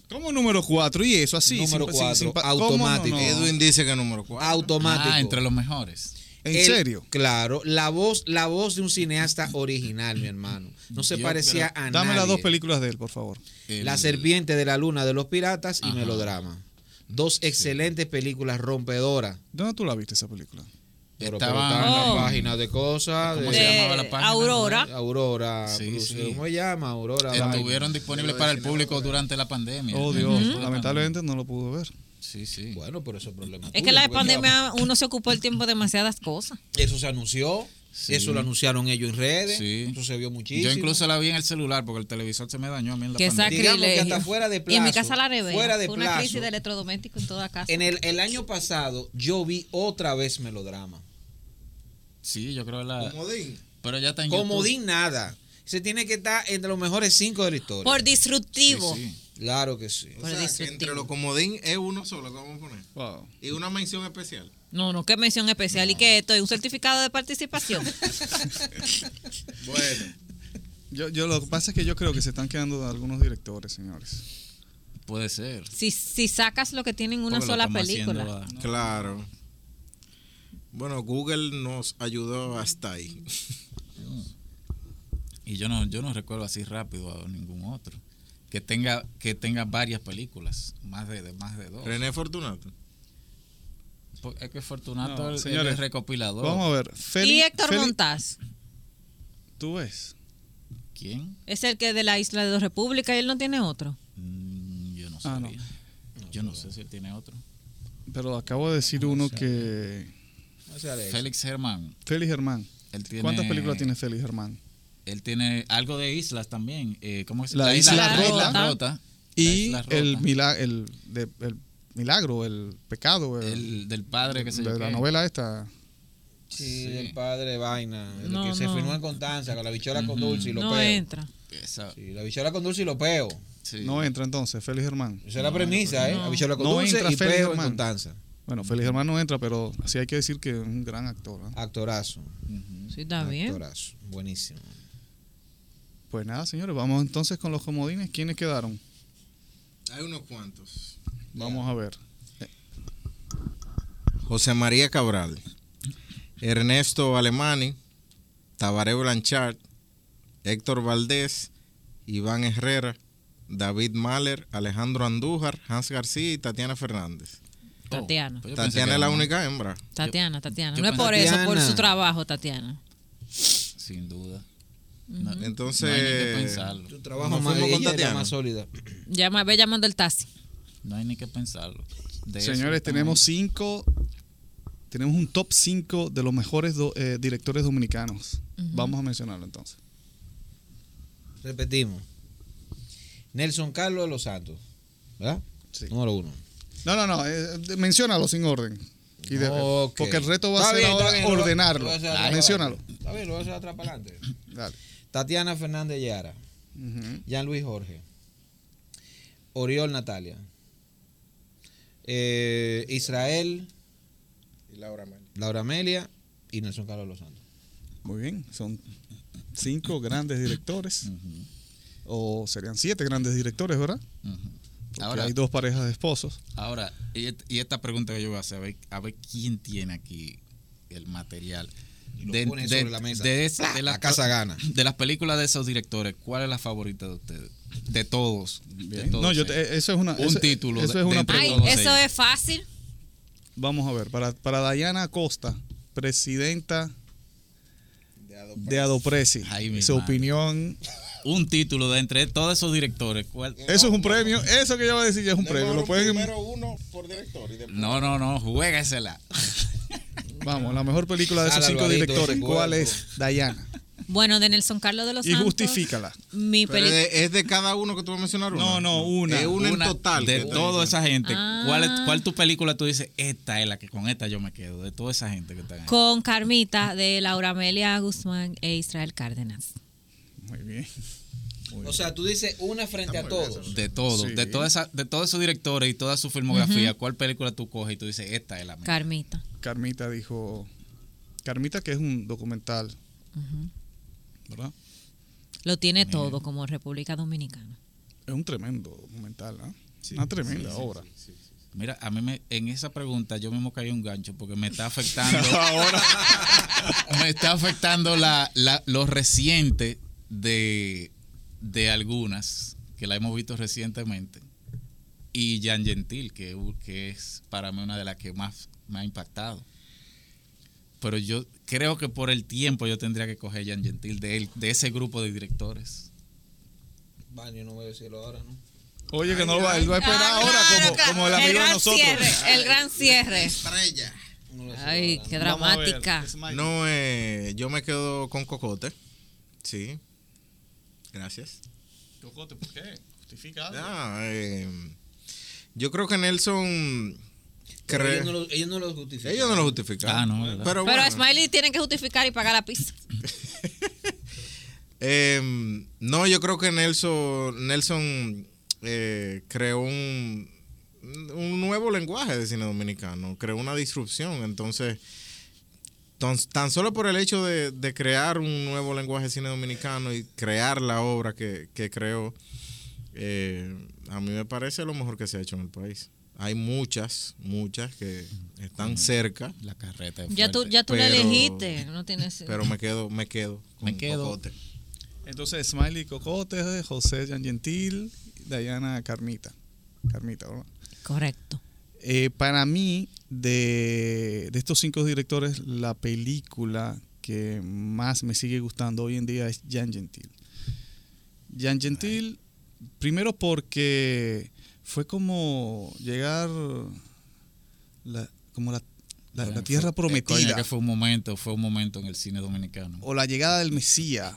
Speaker 3: Como número 4 y eso así.
Speaker 2: Número
Speaker 3: sin- sin-
Speaker 2: cuatro,
Speaker 3: sin pa- ¿cómo?
Speaker 2: automático.
Speaker 3: No, no.
Speaker 6: Edwin dice que número 4.
Speaker 2: Automático.
Speaker 4: Ah, entre los mejores.
Speaker 3: ¿En
Speaker 2: El-
Speaker 3: serio?
Speaker 2: Claro, la voz, la voz de un cineasta original, mi hermano. No se
Speaker 4: Yo
Speaker 2: parecía
Speaker 4: creo-
Speaker 2: a nadie.
Speaker 3: Dame las dos películas de él, por favor.
Speaker 4: El-
Speaker 2: La serpiente de la luna de los piratas y
Speaker 4: Ajá.
Speaker 2: melodrama. Dos excelentes películas rompedoras.
Speaker 3: ¿Dónde tú la viste esa película?
Speaker 2: Pero, pero
Speaker 4: Estaban-
Speaker 2: está en
Speaker 5: Oh.
Speaker 2: la página de cosas.
Speaker 4: ¿Cómo
Speaker 2: de-
Speaker 4: se llamaba la página?
Speaker 5: Aurora.
Speaker 2: Aurora.
Speaker 4: Sí,
Speaker 2: Bruce-
Speaker 4: sí.
Speaker 2: ¿Cómo se llama? Aurora.
Speaker 4: Estuvieron disponibles para el público durante la pandemia.
Speaker 3: Oh,
Speaker 4: Durante
Speaker 3: Dios.
Speaker 4: la pandemia.
Speaker 3: Lamentablemente no lo pudo ver.
Speaker 4: Sí, sí.
Speaker 2: Bueno, pero eso es problema.
Speaker 5: Es
Speaker 2: tuyo,
Speaker 5: que la
Speaker 2: porque
Speaker 5: pandemia uno se ocupó el tiempo de demasiadas cosas.
Speaker 2: Eso se anunció.
Speaker 4: Sí.
Speaker 2: Eso lo anunciaron ellos en redes.
Speaker 4: Sí.
Speaker 2: Eso se vio muchísimo.
Speaker 4: Yo incluso la vi en el celular porque el televisor se me dañó a mí en la
Speaker 5: Qué
Speaker 4: pandemia.
Speaker 2: Digamos que
Speaker 5: sacrilegio.
Speaker 2: hasta fuera de
Speaker 5: y en mi
Speaker 2: plazo,
Speaker 5: casa la revela.
Speaker 2: fuera de
Speaker 5: Fue una
Speaker 2: plazo.
Speaker 5: crisis de electrodoméstico en toda casa.
Speaker 2: En el, el año pasado yo vi otra vez melodrama.
Speaker 4: Sí, yo creo que la.
Speaker 6: Comodín.
Speaker 4: Pero ya está en
Speaker 2: Como
Speaker 4: YouTube.
Speaker 2: di nada. Se tiene que estar entre los mejores cinco de la historia.
Speaker 5: Por
Speaker 4: Sí,
Speaker 5: disruptivo.
Speaker 4: sí.
Speaker 2: Claro que sí.
Speaker 6: O
Speaker 5: Por
Speaker 6: sea, que
Speaker 5: disruptivo.
Speaker 6: entre los comodín es uno solo que vamos a poner.
Speaker 3: Wow.
Speaker 6: Y una mención especial.
Speaker 5: No, no, qué mención especial. ¿Y que estoy? ¿Un certificado de participación?
Speaker 6: Bueno.
Speaker 3: Yo, yo lo que pasa es que yo creo que se están quedando algunos directores, señores.
Speaker 4: Puede ser.
Speaker 5: si, si sacas lo que tienen una
Speaker 4: Porque lo
Speaker 5: sola
Speaker 4: estamos haciendo
Speaker 5: película.
Speaker 4: a-
Speaker 6: Ah, Claro. Bueno, Google nos ayudó hasta ahí.
Speaker 4: Y yo no, yo no recuerdo así rápido a ningún otro. Que tenga, que tenga varias películas, más de, de- más de dos.
Speaker 6: René Fortunato.
Speaker 4: Po- Es que Fortunato
Speaker 3: No,
Speaker 4: él- él
Speaker 3: señores,
Speaker 4: es recopilador.
Speaker 3: Vamos a ver. Feli,
Speaker 5: y Héctor
Speaker 3: Feli-
Speaker 5: Montaz
Speaker 3: ¿Tú ves?
Speaker 4: ¿Quién?
Speaker 5: es el que de la isla de dos repúblicas y él no tiene otro.
Speaker 4: Mm, yo no
Speaker 3: Ah, no.
Speaker 4: sabía. Yo no sé si él tiene otro.
Speaker 3: Pero acabo de decir uno que...
Speaker 2: O sea, de-
Speaker 4: Félix Herman.
Speaker 3: Félix Germán.
Speaker 4: Él tiene,
Speaker 3: ¿Cuántas películas tiene Félix Germán?
Speaker 4: Él tiene algo de islas también. Eh, ¿Cómo es?
Speaker 3: La
Speaker 5: Isla Rota.
Speaker 4: Rota.
Speaker 3: Y
Speaker 4: La Isla Rota.
Speaker 3: el, mila- el, de- el milagro, el pecado, el,
Speaker 4: El del padre que se
Speaker 3: de la novela esta.
Speaker 2: Sí,
Speaker 4: Sí.
Speaker 2: el padre vaina. el
Speaker 5: No,
Speaker 2: que se
Speaker 5: no.
Speaker 2: firmó en Constanza con la bichola con dulce y lo
Speaker 5: No
Speaker 2: peo.
Speaker 5: entra.
Speaker 4: Esa-
Speaker 2: Sí, la bichola con dulce y lo peo.
Speaker 4: sí.
Speaker 3: No entra entonces, Félix Germán.
Speaker 2: Esa es la premisa, ¿eh? La bichola con
Speaker 3: No
Speaker 2: dulce
Speaker 3: entra
Speaker 2: y
Speaker 3: Félix
Speaker 2: peo en
Speaker 3: Germán.
Speaker 2: Constanza.
Speaker 3: Bueno, Félix Germán no entra, pero sí hay que decir que es un gran actor. ¿eh?
Speaker 2: Actorazo.
Speaker 5: Sí, está bien.
Speaker 2: Actorazo. Buenísimo.
Speaker 3: Pues nada, señores, vamos entonces con los comodines. ¿Quiénes quedaron?
Speaker 6: Hay unos cuantos.
Speaker 3: Vamos a ver.
Speaker 6: José María Cabral. Ernesto Alemani. Tabaré Blanchard. Héctor Valdés. Iván Herrera. David Mahler, Alejandro Andújar, Hans García y Tatiana Fernández.
Speaker 5: Tatiana.
Speaker 4: Pues yo pensé que
Speaker 6: Tatiana es la
Speaker 4: era
Speaker 6: única hembra.
Speaker 5: Tatiana, Tatiana.
Speaker 4: yo
Speaker 5: No es por
Speaker 2: pensé-
Speaker 5: eso, por
Speaker 2: Tatiana.
Speaker 5: su trabajo, Tatiana.
Speaker 4: más, Sin duda. No- no hay ni que
Speaker 6: Entonces,
Speaker 4: pensarlo.
Speaker 2: Tu trabajo
Speaker 6: Nos
Speaker 2: más,
Speaker 6: fuimos
Speaker 2: ella
Speaker 6: con
Speaker 2: es la
Speaker 6: Tatiana.
Speaker 2: más sólida.
Speaker 5: Llama, ve llamando el taxi.
Speaker 4: No hay ni que pensarlo. De eso
Speaker 3: Señores,
Speaker 4: estamos-
Speaker 3: tenemos cinco. Tenemos un top 5 de los mejores do- eh, directores dominicanos. Vamos a mencionarlo entonces.
Speaker 2: Repetimos. Nelson Carlos de los Santos. ¿Verdad?
Speaker 3: Sí.
Speaker 2: Número uno.
Speaker 3: No, no, no. eh, de- menciónalo sin orden. Y de-
Speaker 2: Ok.
Speaker 3: Porque el reto va a
Speaker 2: Está
Speaker 3: ser
Speaker 2: bien,
Speaker 3: ahora
Speaker 2: está bien, lo-
Speaker 3: ordenarlo.
Speaker 2: lo voy a hacer atrás
Speaker 3: Ah,
Speaker 2: para
Speaker 3: menciónalo.
Speaker 2: adelante. Está bien, lo voy a hacer atrás para adelante.
Speaker 3: Dale.
Speaker 2: Tatiana Fernández Yara.
Speaker 3: Ujú.
Speaker 2: Jean Luis Jorge. Oriol Natalia. eh, Israel. Laura Amelia. Y Nelson Carlos de los Santos.
Speaker 3: Muy bien. Son cinco grandes directores. O serían siete grandes directores, ¿verdad? Porque
Speaker 4: Ahora-
Speaker 3: hay dos parejas de esposos.
Speaker 4: Ahora, y, et- y esta pregunta que yo voy a hacer, a ver, a ver quién tiene aquí el material.
Speaker 2: lo pone sobre la mesa. Ah,
Speaker 4: de es- de
Speaker 2: La
Speaker 4: las-
Speaker 2: casa gana.
Speaker 4: De las películas de esos directores, ¿cuál es la favorita de ustedes? De todos. de
Speaker 3: Bien.
Speaker 4: todos
Speaker 3: No, yo
Speaker 4: ellos.
Speaker 3: te- eh, eso es una.
Speaker 4: Un
Speaker 3: eso-
Speaker 4: título
Speaker 3: Eso
Speaker 4: de-
Speaker 3: es una
Speaker 4: de-
Speaker 5: Ay,
Speaker 3: pregunta.
Speaker 4: todos
Speaker 5: eso
Speaker 4: ellos.
Speaker 5: es fácil.
Speaker 3: Vamos a ver, para, para Dayana Acosta, presidenta de Adopresi,
Speaker 4: Ay, mi
Speaker 3: su
Speaker 4: madre.
Speaker 3: opinión.
Speaker 4: Un título de entre todos esos directores. ¿cuál?
Speaker 3: Eso es un premio, eso que yo voy a decir ya es un premio. Lo pueden-
Speaker 6: uno por director y después.
Speaker 4: No, no, no, juéguesela.
Speaker 3: Vamos, la mejor película de esos
Speaker 2: Sal,
Speaker 3: cinco
Speaker 2: Alvarito,
Speaker 3: directores,
Speaker 2: ese
Speaker 3: ¿cuál
Speaker 2: cuerpo.
Speaker 3: es Dayana?
Speaker 5: Bueno, de Nelson Carlos de los
Speaker 3: Y
Speaker 5: Santos.
Speaker 3: justifícala.
Speaker 5: Mi
Speaker 6: Pero es
Speaker 5: película.
Speaker 6: de- es de cada uno que tú vas a mencionar una.
Speaker 3: No, no, una.
Speaker 6: Es una,
Speaker 4: Una
Speaker 6: en total.
Speaker 4: De
Speaker 6: que tú
Speaker 4: toda
Speaker 6: dices.
Speaker 4: esa gente.
Speaker 5: Ah.
Speaker 4: ¿Cuál, es- ¿Cuál tu película tú dices? Esta es la que con esta yo me quedo. De toda esa gente que está ahí.
Speaker 5: Con Carmita de Laura Amelia Guzmán e Israel Cárdenas.
Speaker 3: Muy bien.
Speaker 2: O sea, tú dices una frente a todos.
Speaker 4: De todo,
Speaker 3: Sí.
Speaker 4: de, toda esa, de todos esos directores y toda su filmografía, ¿cuál película tú coges y tú dices, esta es la mía?
Speaker 5: Carmita.
Speaker 3: Carmita dijo. Carmita, que es un documental, ¿verdad?
Speaker 5: Lo tiene todo como República Dominicana.
Speaker 3: Es un tremendo documental, ¿no? una tremenda obra.
Speaker 4: Mira, a mí me, en esa pregunta yo mismo caí un gancho porque me está afectando. Me está afectando la, la- lo reciente de, de algunas que la hemos visto recientemente. Y Jan Gentil, que, u- que es para mí una de las que más me ha impactado. Pero yo creo que por el tiempo yo tendría que coger Jan Gentil de, él, de ese grupo de directores.
Speaker 2: Bueno, yo no voy a decirlo ahora, ¿no?
Speaker 3: Oye, que no lo va, él va a esperar
Speaker 5: Ah,
Speaker 3: Pues, ahora
Speaker 5: claro,
Speaker 3: como,
Speaker 5: claro.
Speaker 3: como el amigo de
Speaker 5: gran
Speaker 3: nosotros.
Speaker 5: Cierre, el gran cierre.
Speaker 6: Estrella.
Speaker 2: No voy a decirlo
Speaker 5: Ay,
Speaker 2: ahora,
Speaker 5: qué
Speaker 3: Vamos a ver,
Speaker 5: dramática.
Speaker 3: Smiley.
Speaker 6: No, eh, yo me quedo con Cocote. Sí. Gracias.
Speaker 3: Cocote, ¿por qué? Justifica algo.
Speaker 6: Ah, eh, yo creo que Nelson.
Speaker 2: ¿no?
Speaker 6: cre-
Speaker 2: Ellos no lo- ellos no lo justifican.
Speaker 6: Ellos no lo justifican.
Speaker 4: Ah, no, ¿verdad?
Speaker 6: Pero,
Speaker 5: Pero
Speaker 6: bueno,
Speaker 5: a Smiley tienen que justificar y pagar la pizza.
Speaker 6: eh, no, yo creo que Nelson, Nelson eh, creó un, un nuevo lenguaje de cine dominicano, creó una disrupción. Entonces, tan, tan solo por el hecho de, de crear un nuevo lenguaje de cine dominicano y crear la obra que, que creó, eh, a mí me parece lo mejor que se ha hecho en el país. Hay muchas, muchas que están cerca.
Speaker 4: La carreta. es
Speaker 5: Ya tú,
Speaker 4: fuerte.
Speaker 5: ya tú la
Speaker 6: Pero-
Speaker 5: elegiste. No tienes.
Speaker 6: Pero me quedo, me quedo. con
Speaker 4: Me quedo.
Speaker 6: Cocote.
Speaker 3: Entonces, Smiley Cocote, José Gian Gentil, Dayana Carmita. Carmita, ¿verdad?
Speaker 5: Correcto.
Speaker 3: Eh, para mí, de, de estos cinco directores, la película que más me sigue gustando hoy en día es Jan Gentil. Jan Gentil, primero porque fue como llegar la, como la, la- la
Speaker 4: Bueno,
Speaker 3: tierra
Speaker 4: fue- eh, coño,
Speaker 3: prometida
Speaker 4: que fue un momento, fue un momento en el cine dominicano.
Speaker 3: o la llegada del Mesías.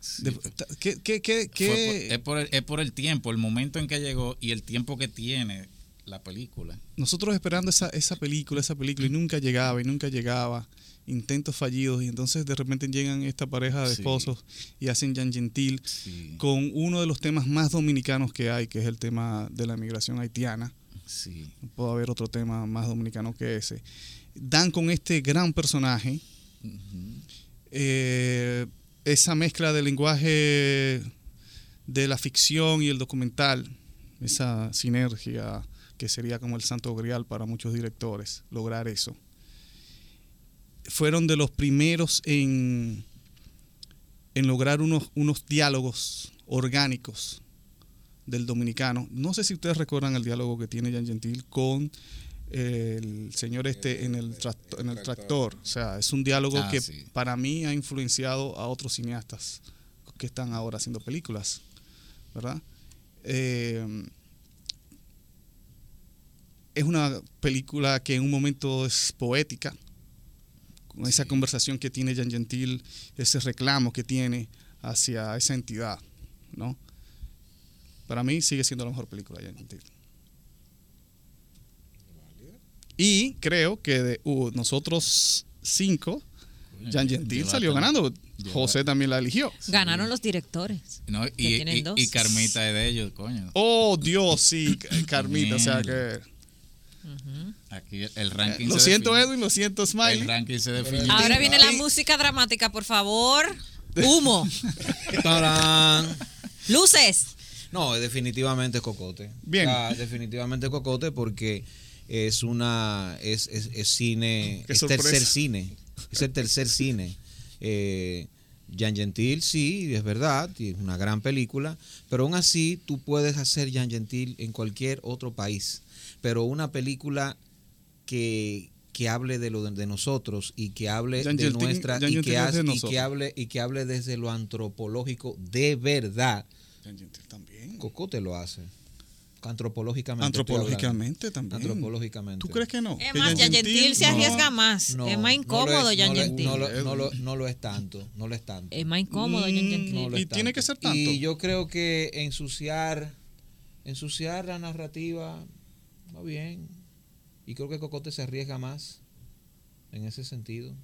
Speaker 4: Sí,
Speaker 3: De-
Speaker 4: fue-
Speaker 3: ta- ¿Qué, qué, qué,
Speaker 4: fue por- eh,
Speaker 3: qué-
Speaker 4: es, por el, es por el tiempo, el momento en que llegó y el tiempo que tiene la película.
Speaker 3: nosotros esperando esa, esa película, esa película, y nunca llegaba, y nunca llegaba, intentos fallidos, y entonces de repente llegan esta pareja de
Speaker 4: Sí.
Speaker 3: esposos y hacen Jan Gentil
Speaker 4: Sí,
Speaker 3: con uno de los temas más dominicanos que hay, que es el tema de la migración haitiana.
Speaker 4: sí.
Speaker 3: No puede haber otro tema más dominicano que ese. Dan con este gran personaje
Speaker 4: Ujú.
Speaker 3: eh, esa mezcla de lenguaje de la ficción y el documental, esa sinergia que sería como el santo grial para muchos directores, lograr eso. Fueron de los primeros en, en lograr unos, unos diálogos orgánicos del dominicano. No sé si ustedes recuerdan el diálogo que tiene Jan Gentil con eh, el señor este en el, tract- en el tractor. O sea, es un diálogo
Speaker 4: Ah,
Speaker 3: que
Speaker 4: sí.
Speaker 3: para mí ha influenciado a otros cineastas que están ahora haciendo películas, ¿verdad? Eh, es una película que en un momento es poética, con esa conversación que tiene Jan Gentil, ese reclamo que tiene hacia esa entidad, ¿no? Para mí sigue siendo la mejor película de Jan Gentil. Y creo que de uh, nosotros cinco,
Speaker 4: Coño,
Speaker 3: Jan
Speaker 4: yo-
Speaker 3: Gentil
Speaker 4: yo la
Speaker 3: salió
Speaker 4: tengo-
Speaker 3: ganando.
Speaker 4: yo la-
Speaker 3: José también la eligió.
Speaker 5: Ganaron los directores.
Speaker 4: No,
Speaker 5: que
Speaker 4: y,
Speaker 5: tienen
Speaker 4: y-
Speaker 5: dos.
Speaker 4: y Carmita es de ellos, coño.
Speaker 3: Oh, Dios, sí, Carmita, o sea que... eh,
Speaker 4: Aquí el- el ranking
Speaker 3: Lo
Speaker 4: se
Speaker 3: siento,
Speaker 4: definió.
Speaker 3: Edwin, lo siento,
Speaker 4: El
Speaker 3: Smiley.
Speaker 4: ranking se definió.
Speaker 5: Ahora viene la
Speaker 3: Sí.
Speaker 5: música dramática, por favor. Humo.
Speaker 2: ¡Tarán!
Speaker 5: Luces.
Speaker 2: No, definitivamente es Cocote.
Speaker 3: Bien.
Speaker 2: Ah, definitivamente es Cocote porque es una es, es- es cine,
Speaker 3: Qué
Speaker 2: es
Speaker 3: sorpresa.
Speaker 2: tercer cine, es el tercer cine. Eh, Jan Gentil, sí, es verdad, y es una gran película, pero aún así tú puedes hacer Jan Gentil en cualquier otro país, pero una película que, que hable de lo de, de nosotros y que hable
Speaker 3: Jan
Speaker 2: de
Speaker 3: Gentil-
Speaker 2: nuestra
Speaker 3: Jan
Speaker 2: y
Speaker 3: Gentil
Speaker 2: que,
Speaker 3: es
Speaker 2: haz-
Speaker 3: de
Speaker 2: y
Speaker 3: nosotros.
Speaker 2: que hable y que hable desde lo antropológico de verdad.
Speaker 3: Jan Gentil también.
Speaker 2: Cocote lo hace. Antropológicamente.
Speaker 3: Antropológicamente
Speaker 2: estoy hablando.
Speaker 3: también.
Speaker 2: Antropológicamente.
Speaker 3: ¿Tú crees que no?
Speaker 5: Es
Speaker 3: Que
Speaker 5: más, Jan Gentil se
Speaker 3: no.
Speaker 5: arriesga más.
Speaker 2: No,
Speaker 5: es más
Speaker 2: no lo
Speaker 5: incómodo,
Speaker 2: es,
Speaker 5: Jan
Speaker 2: no lo es,
Speaker 5: Gentil.
Speaker 2: No lo, no, lo, no lo es tanto. No lo es tanto.
Speaker 5: es más incómodo, Jan
Speaker 3: Mm,
Speaker 5: Gentil.
Speaker 2: No lo
Speaker 3: Y
Speaker 2: es
Speaker 3: tiene que ser tanto.
Speaker 2: Y yo creo que ensuciar, ensuciar la narrativa, va bien. Y creo que Cocote se arriesga más en ese sentido.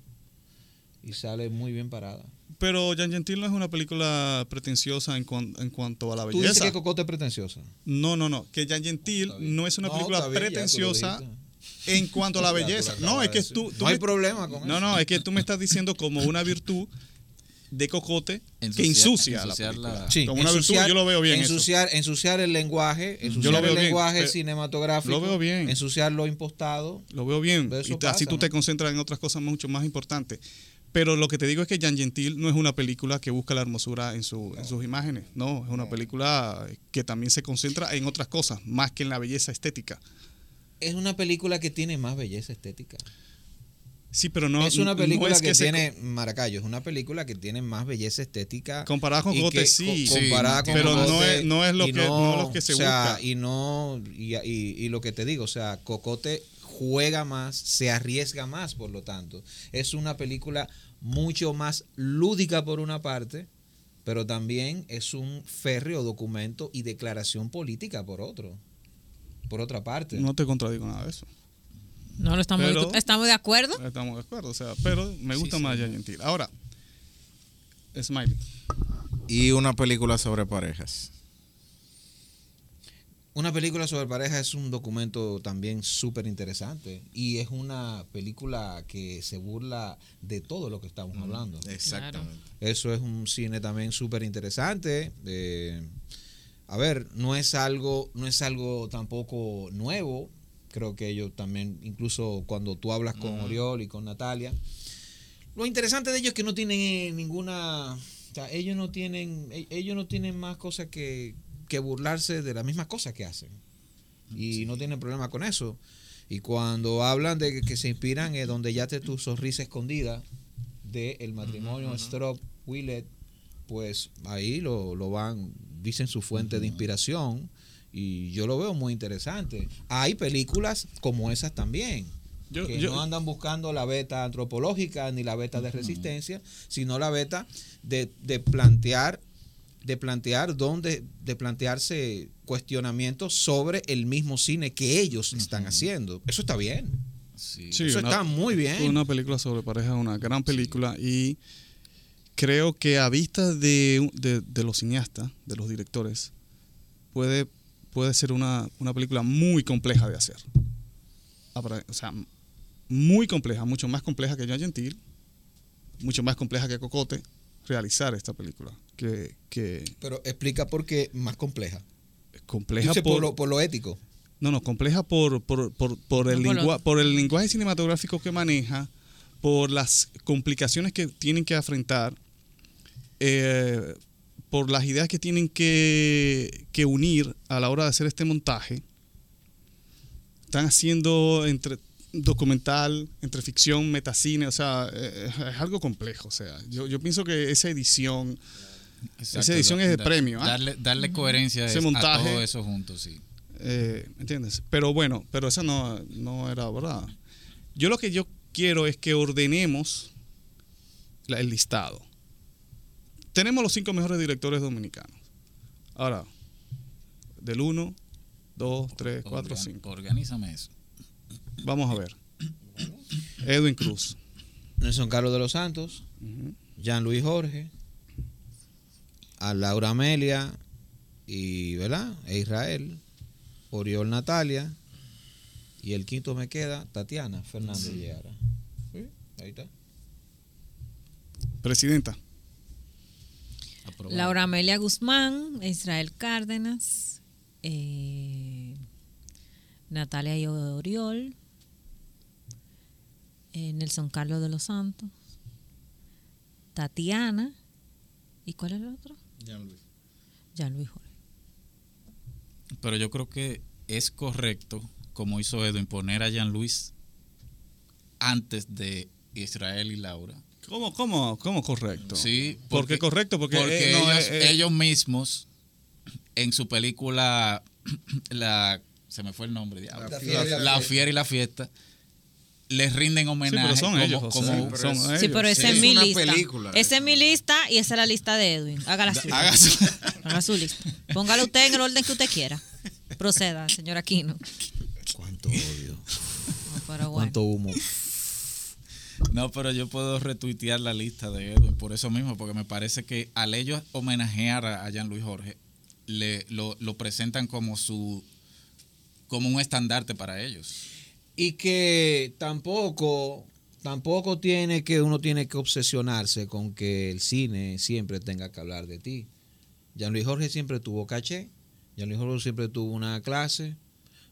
Speaker 2: Y sale muy bien parada.
Speaker 3: Pero Jan Gentil no es una película pretenciosa en, cuan- en cuanto a la
Speaker 2: Tú dices
Speaker 3: belleza.
Speaker 2: que Cocote es pretenciosa.
Speaker 3: No, no, no. Que Jan Gentil no es una
Speaker 2: No,
Speaker 3: película
Speaker 2: está bien, ya tú lo
Speaker 3: pretenciosa
Speaker 2: dijiste.
Speaker 3: en cuanto a la belleza. No, es que tú. tú
Speaker 2: no hay
Speaker 3: me-
Speaker 2: problema con
Speaker 3: No,
Speaker 2: eso.
Speaker 3: no, es que tú me estás diciendo como una virtud de cocote
Speaker 4: Ensuciar-
Speaker 3: que ensucia la
Speaker 4: ensuciar la-
Speaker 3: película.
Speaker 4: Sí.
Speaker 3: Como una virtud, yo lo veo bien eso.
Speaker 2: Ensuciar, ensuciar el lenguaje, ensuciar
Speaker 3: Yo lo veo
Speaker 2: el
Speaker 3: bien,
Speaker 2: lenguaje
Speaker 3: pero-
Speaker 2: cinematográfico.
Speaker 3: lo veo bien.
Speaker 2: Ensuciar lo impostado.
Speaker 3: Lo veo bien.
Speaker 2: Pero eso
Speaker 3: Y t- así
Speaker 2: pasa,
Speaker 3: tú
Speaker 2: ¿no?
Speaker 3: te concentras en otras cosas mucho más importantes. Pero lo que te digo es que Jan Gentil no es una película que busca la hermosura en, su- en sus imágenes. No, es una película que también se concentra en otras cosas, más que en la belleza estética.
Speaker 2: Es una película que tiene más belleza estética.
Speaker 3: Sí, pero no
Speaker 2: es una
Speaker 3: no
Speaker 2: película
Speaker 3: es
Speaker 2: que,
Speaker 3: se-
Speaker 2: tiene Maracayo, es una película que tiene más belleza estética.
Speaker 3: Comparada con
Speaker 2: y que
Speaker 3: Gote,
Speaker 2: co-
Speaker 3: sí.
Speaker 2: comparada
Speaker 4: Sí,
Speaker 2: con
Speaker 4: pero
Speaker 3: no
Speaker 2: Gote,
Speaker 3: es- no es lo
Speaker 2: y
Speaker 3: que- no lo que se
Speaker 2: o sea,
Speaker 3: busca.
Speaker 2: Y no, y, y- y lo que te digo, o sea, Cocote juega más, se arriesga más, por lo tanto. Es una película mucho más lúdica por una parte, pero también es un férreo documento y declaración política por otro. Por otra parte.
Speaker 3: No te contradigo nada de eso.
Speaker 5: No lo estamos,
Speaker 3: Pero- Ah,
Speaker 5: estamos de acuerdo.
Speaker 3: Estamos de acuerdo. O sea, pero me gusta más Jay Gentil. Ahora, Smiley.
Speaker 6: Y una película sobre parejas.
Speaker 2: Una película sobre pareja es un documento también súper interesante y es una película que se burla de todo lo que estamos hablando.
Speaker 6: Exactamente.
Speaker 2: Eso es un cine también súper interesante. eh, a ver, no es algo, no es algo tampoco nuevo. Creo que ellos también, incluso cuando tú hablas con Oriol y con Natalia, lo interesante de ellos es que no tienen ninguna, o sea, ellos no tienen, e- ellos no tienen más cosas que, que burlarse de las mismas cosas que hacen y no tienen problema con eso. Y cuando hablan de que, que se inspiran es donde ya te tu sonrisa escondida de el matrimonio Strop Willett, pues ahí lo, lo van, dicen su fuente de inspiración y yo lo veo muy interesante. Hay películas como esas también.
Speaker 3: Yo-
Speaker 2: que
Speaker 3: yo-
Speaker 2: no andan buscando la beta antropológica ni la beta de resistencia, sino la beta de, de plantear de plantear dónde, de plantearse cuestionamientos sobre el mismo cine que ellos están haciendo. Eso está bien.
Speaker 4: Sí.
Speaker 3: Sí,
Speaker 2: Eso
Speaker 3: una-
Speaker 2: está muy bien.
Speaker 3: Una película sobre pareja, una gran película y creo que a vista de, de- de los cineastas, de los directores, puede, puede ser una, una película muy compleja de hacer. Apare- O sea, muy compleja, mucho más compleja que Jean Gentil, mucho más compleja que Cocote, realizar esta película, que, que
Speaker 2: Pero explica por qué más compleja.
Speaker 3: es compleja
Speaker 2: Dice
Speaker 3: por,
Speaker 2: por, lo, por lo ético.
Speaker 3: no, no, compleja por, por, por, por el,
Speaker 5: No, por lo-
Speaker 3: lengua- por el lenguaje cinematográfico que maneja, por las complicaciones que tienen que afrontar, eh, por las ideas que tienen que, que unir a la hora de hacer este montaje. Están haciendo entre documental, entre ficción, metacine, o sea, eh, es algo complejo. O sea, yo, yo pienso que esa edición,
Speaker 4: Exacto,
Speaker 3: Esa edición es de premio, ¿ah?
Speaker 4: Darle, darle coherencia
Speaker 3: Ese
Speaker 4: es-
Speaker 3: montaje.
Speaker 4: a todo eso juntos, sí.
Speaker 3: Eh, ¿Entiendes? Pero bueno, pero esa no, no era verdad. Yo lo que yo quiero es que ordenemos la- el listado. Tenemos los cinco mejores directores dominicanos. Ahora, del 1, 2, 3, 4,
Speaker 4: Organ-
Speaker 3: 5.
Speaker 4: Organízame eso.
Speaker 3: Vamos a ver. Edwin Cruz.
Speaker 2: Nelson Carlos de los Santos,
Speaker 3: Ujú.
Speaker 2: Jean Luis Jorge, a Laura Amelia y ¿verdad? E Israel, Oriol Natalia y el quinto me queda Tatiana Fernández Llera. Sí, ahí está.
Speaker 3: Presidenta.
Speaker 4: Aprobado.
Speaker 5: Laura Amelia Guzmán, Israel Cárdenas, eh, Natalia y Oriol, eh, Nelson Carlos de los Santos, Tatiana, ¿y cuál es el otro? Jean Luis Jorge.
Speaker 4: Pero yo creo que es correcto, como hizo Edwin, poner a Jean Luis antes de Israel y Laura.
Speaker 3: ¿Cómo, cómo, cómo correcto?
Speaker 4: Sí,
Speaker 3: ¿Por qué correcto? Porque, eh, no,
Speaker 4: ellos,
Speaker 3: eh, eh,
Speaker 4: ellos mismos en su película la se me fue el nombre, diablo. La,
Speaker 2: Fiera y la Fiesta.
Speaker 4: fiera y la fiesta les rinden
Speaker 3: Sí,
Speaker 4: homenaje
Speaker 3: pero son
Speaker 4: como,
Speaker 3: ellos. José,
Speaker 4: como-
Speaker 3: son
Speaker 6: Sí,
Speaker 5: sí,
Speaker 3: ellos.
Speaker 5: pero esa
Speaker 6: sí.
Speaker 5: es,
Speaker 6: Es
Speaker 5: mi
Speaker 6: una
Speaker 5: lista.
Speaker 6: película.
Speaker 5: Esa es mi lista y esa es la lista de Edwin. Hágala suya.
Speaker 4: haga su-
Speaker 5: Haga su lista. Póngala usted en el orden que usted quiera. Proceda, señor Aquino.
Speaker 2: Cuánto odio,
Speaker 5: No, Pero bueno.
Speaker 2: cuánto humo.
Speaker 4: No, pero yo puedo retuitear la lista de Edwin por eso mismo, porque me parece que al ellos homenajear a, a Jean-Louis Jorge, le, lo, lo presentan como su como un estandarte para ellos.
Speaker 2: y que tampoco tampoco tiene que uno tiene que obsesionarse con que el cine siempre tenga que hablar de ti. Jean Luis Jorge siempre tuvo caché, Jean Luis Jorge siempre tuvo una clase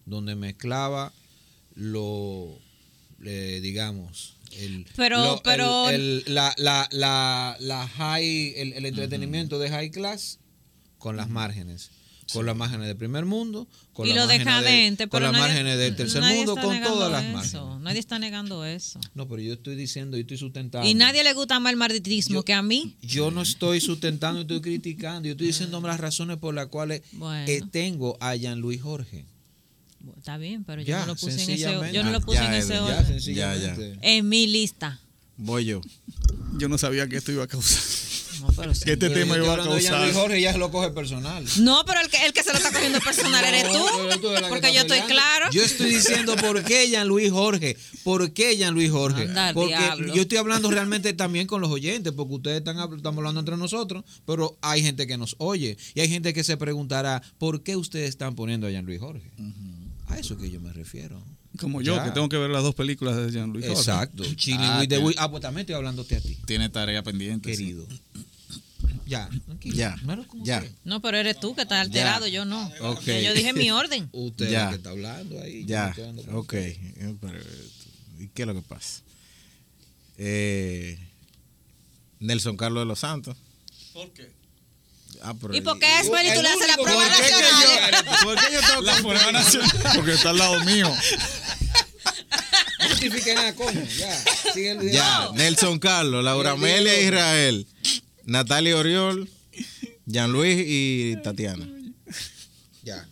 Speaker 2: donde mezclaba lo eh, digamos el,
Speaker 5: Pero-
Speaker 2: lo-
Speaker 5: pero-
Speaker 2: el- el- la, la, la, la high el, el entretenimiento de high class con las márgenes. con las márgenes del primer mundo, con
Speaker 5: y
Speaker 2: las
Speaker 5: lo
Speaker 2: márgenes de-
Speaker 5: decadente,
Speaker 2: con las
Speaker 5: pero nadie-
Speaker 2: márgenes del tercer
Speaker 5: nadie
Speaker 2: mundo,
Speaker 5: está
Speaker 2: con
Speaker 5: negando
Speaker 2: todas las
Speaker 5: eso,
Speaker 2: márgenes.
Speaker 5: Nadie está negando eso.
Speaker 2: No, pero yo estoy diciendo, yo estoy sustentando.
Speaker 5: Y nadie le gusta más el marditismo
Speaker 2: Yo-
Speaker 5: que a mí.
Speaker 2: Yo no estoy sustentando, estoy criticando, yo estoy diciéndome las razones por las cuales
Speaker 5: Ah. Bueno.
Speaker 2: eh, tengo a Jean-Louis Jorge.
Speaker 5: Bueno, Está bien, pero yo
Speaker 2: Ya,
Speaker 5: no lo puse en ese,
Speaker 2: sencillamente.
Speaker 5: yo no lo
Speaker 6: Ah,
Speaker 5: puse
Speaker 6: ya,
Speaker 5: en
Speaker 6: Edwin,
Speaker 5: ese
Speaker 6: ya,
Speaker 5: orden.
Speaker 6: sencillamente.
Speaker 5: En mi lista.
Speaker 6: Voy yo.
Speaker 3: Yo no sabía que esto iba a causar.
Speaker 5: No, pero, sí.
Speaker 3: Que este
Speaker 2: Pero yo
Speaker 3: tema
Speaker 2: estoy
Speaker 3: iba a
Speaker 2: hablando de
Speaker 3: causar.
Speaker 2: Jean-Louis Jorge y ya se lo coge personal.
Speaker 5: No, pero el que, el que se lo está cogiendo personal eres tú.
Speaker 2: No, pero tú eres la que
Speaker 5: Porque
Speaker 2: está
Speaker 5: yo estoy
Speaker 2: peleando.
Speaker 5: claro.
Speaker 2: Yo estoy diciendo por qué Jean-Louis Jorge. ¿Por qué Jean-Louis Jorge?
Speaker 5: Anda, al
Speaker 2: porque
Speaker 5: diablo.
Speaker 2: yo estoy hablando realmente también con los oyentes, porque ustedes están hab- estamos hablando entre nosotros, pero hay gente que nos oye y hay gente que se preguntará por qué ustedes están poniendo a Jean-Louis Jorge. A eso que yo me refiero.
Speaker 3: Como yo,
Speaker 2: Ya.
Speaker 3: que tengo que ver las dos películas de Jean-Louis Jorge.
Speaker 2: Exacto. Chilling
Speaker 4: Ah,
Speaker 2: with the
Speaker 4: ya.
Speaker 2: Wheel. Ah, pues también estoy hablándote a ti,
Speaker 4: Tiene tarea pendiente. sí.
Speaker 2: querido. Ya, tranquilo.
Speaker 6: Ya.
Speaker 2: Míralo como
Speaker 6: Ya.
Speaker 2: que-
Speaker 5: No, pero eres tú que estás alterado, yo no.
Speaker 6: Ok.
Speaker 5: Yo dije mi orden.
Speaker 2: Usted es
Speaker 6: Ya.
Speaker 2: el que está hablando ahí. yo no
Speaker 6: Ya,
Speaker 2: estoy hablando con-
Speaker 6: Ah, ok. Eh, pero, eh, ¿Y qué es lo que pasa? Eh, Nelson Carlos de los Santos. Ah, pero-
Speaker 5: ¿Y por qué es y tú le haces la
Speaker 2: único-
Speaker 5: prueba
Speaker 2: ¿Por qué que yo-
Speaker 5: nacional?
Speaker 6: ¿Por qué yo tengo que
Speaker 3: Prueba nacional. Porque está al lado mío.
Speaker 2: No justifique nada, coño. Ya. Sigue el video.
Speaker 6: Ya, Nelson Carlos, Laura Amelia Israel, Natalia Oriol, Jean Luis y Tatiana.
Speaker 2: Ya.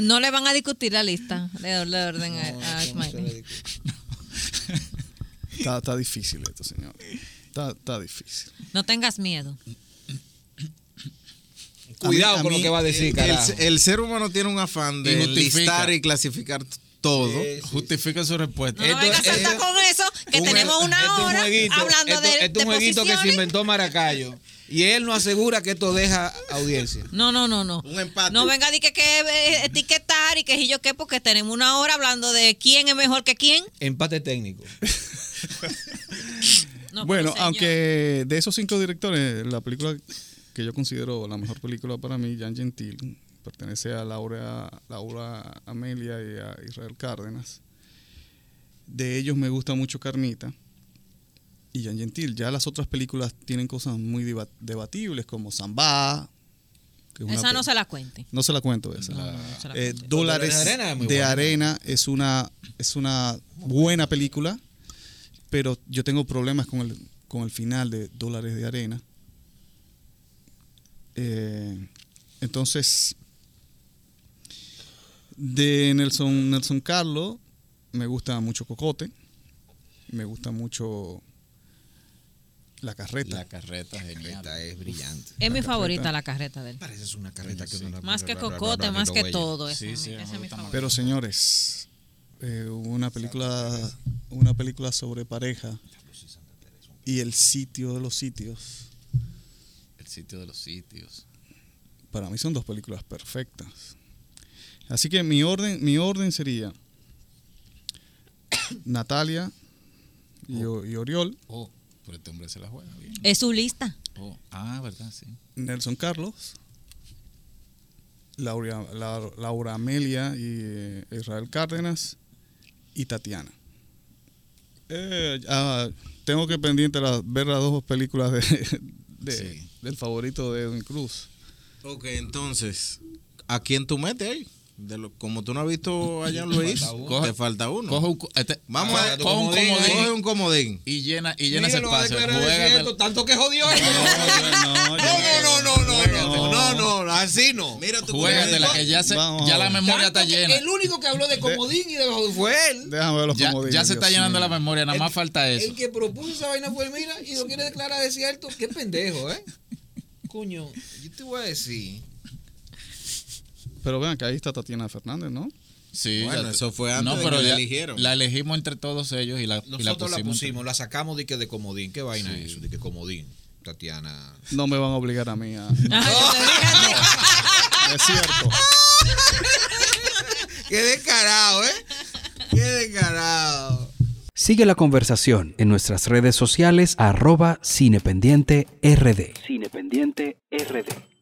Speaker 5: No le van a discutir la lista de doble orden a, a Ismael.
Speaker 3: Está, está difícil esto, señor. Está, está difícil.
Speaker 5: No tengas miedo.
Speaker 2: Cuidado
Speaker 3: A mí- a
Speaker 2: con
Speaker 3: mí-
Speaker 2: lo que va a decir, carajo.
Speaker 6: El, el ser humano tiene un afán
Speaker 4: Y
Speaker 6: de
Speaker 4: justifica.
Speaker 6: listar y clasificar todo.
Speaker 2: Eh,
Speaker 4: Justifica su respuesta.
Speaker 5: No, no
Speaker 2: Esto-
Speaker 5: vengas a saltar
Speaker 2: esto-
Speaker 5: con eso, que
Speaker 2: Un-
Speaker 5: tenemos
Speaker 2: este
Speaker 5: una
Speaker 2: es un
Speaker 5: hora
Speaker 2: jueguito,
Speaker 5: hablando
Speaker 2: este-
Speaker 5: de,
Speaker 2: este es
Speaker 5: de
Speaker 2: un jueguito que se
Speaker 5: posiciones.
Speaker 2: inventó Maracayo. Y él no asegura que esto deja audiencia.
Speaker 5: No, no, no, no.
Speaker 6: Un empate.
Speaker 5: No venga di que, que eh, etiquetar y que si yo qué, porque tenemos una hora hablando de quién es mejor que quién.
Speaker 2: Empate técnico.
Speaker 5: No,
Speaker 3: bueno,
Speaker 5: pues, señor.
Speaker 3: aunque de esos cinco directores, la película que yo considero la mejor película para mí, Jan Gentil, pertenece a Laura, Laura Amelia y a Israel Cárdenas. De ellos me gusta mucho Carmita y Jan Gentil. Ya las otras películas tienen cosas muy deba- debatibles como Zamba. que es una
Speaker 5: Esa no
Speaker 3: pe-
Speaker 5: se la cuente.
Speaker 3: No se la cuento esa.
Speaker 5: No, no, no se la
Speaker 3: Eh,
Speaker 5: cuento.
Speaker 3: Dólares
Speaker 2: Dólares
Speaker 3: de
Speaker 2: de
Speaker 3: arena,
Speaker 2: Arena
Speaker 3: es,
Speaker 2: es muy buena.
Speaker 3: una es una buena película, pero yo tengo problemas con el con el final de Dólares de arena. Eh, entonces de Nelson Nelson Carlos me gusta mucho Cocote, me gusta mucho La carreta.
Speaker 4: La carreta genial.
Speaker 2: Esta es brillante.
Speaker 5: Es mi favorita la carreta de él.
Speaker 2: Parece es una carreta que no la
Speaker 5: Más que
Speaker 2: bla, bla, bla,
Speaker 5: cocote,
Speaker 2: bla,
Speaker 5: más
Speaker 2: bla,
Speaker 5: que
Speaker 2: bla,
Speaker 5: todo. Esa
Speaker 4: Sí,
Speaker 5: es
Speaker 4: sí,
Speaker 5: mi-
Speaker 4: me
Speaker 5: esa es mi
Speaker 4: gusta
Speaker 5: favorita.
Speaker 3: Pero señores, eh, hubo una película, una película sobre pareja y el sitio de los sitios.
Speaker 4: El sitio de los sitios.
Speaker 3: Para mí son dos películas perfectas. Así que mi orden, mi orden sería Natalia y, O- y Oriol,
Speaker 4: Oh, pero este hombre se la juega bien.
Speaker 5: Es su lista.
Speaker 4: Oh, ah, verdad, sí.
Speaker 3: Nelson Carlos, Laura, La- Laura Amelia y eh, Israel Cárdenas y Tatiana. Eh, ah, tengo que pendiente la- ver las dos películas de, de-
Speaker 4: Sí.
Speaker 3: del favorito de Edwin Cruz.
Speaker 6: Ok, entonces, ¿a quién tú metes ahí? De lo- como tú no has visto a Jean Luis,
Speaker 4: Coge-
Speaker 6: te falta uno.
Speaker 4: Coge un, co- este-
Speaker 6: Vamos
Speaker 4: coge-
Speaker 6: a
Speaker 4: coge un
Speaker 6: coge
Speaker 4: comodín
Speaker 6: un comodín.
Speaker 4: y llena, y llena ese
Speaker 2: Míralo, va a
Speaker 4: espacio.
Speaker 2: declarar
Speaker 4: Juégatela.
Speaker 2: desierto, tanto que jodió. él.
Speaker 3: No,
Speaker 2: No, no, no, no, no, no, no, no, así no.
Speaker 6: Mira tu
Speaker 4: Juégatela, que ya, se,
Speaker 3: Vamos.
Speaker 4: ya la memoria
Speaker 2: Tanto
Speaker 4: está
Speaker 2: que
Speaker 4: llena.
Speaker 2: El único que habló de comodín y de fue él.
Speaker 3: Déjame ver los
Speaker 4: Ya,
Speaker 3: comodines,
Speaker 4: ya se está
Speaker 3: Dios
Speaker 4: llenando
Speaker 3: mío.
Speaker 4: la memoria, nada más falta eso.
Speaker 2: El que propuso esa vaina fue el mira y lo quiere declarar desierto. Qué pendejo, ¿eh? Coño, yo te voy a decir.
Speaker 3: Pero vean que ahí está Tatiana Fernández, ¿no?
Speaker 4: Sí,
Speaker 6: Bueno,
Speaker 4: ya-
Speaker 6: eso fue antes de que la eligieron.
Speaker 4: La elegimos entre todos ellos y la, y la
Speaker 2: Nosotros la
Speaker 4: pusimos. entre-
Speaker 2: pusimos, la sacamos de que de comodín. ¿Qué vaina
Speaker 4: Sí.
Speaker 2: es eso? De que comodín. Tatiana.
Speaker 3: No me van a obligar a mí a...
Speaker 5: Ay, fíjate.
Speaker 3: Es cierto.
Speaker 2: Qué descarado, ¿eh? Qué descarado.
Speaker 1: Sigue la conversación en nuestras redes sociales arroba cinependiente rd. Cinependiente rd.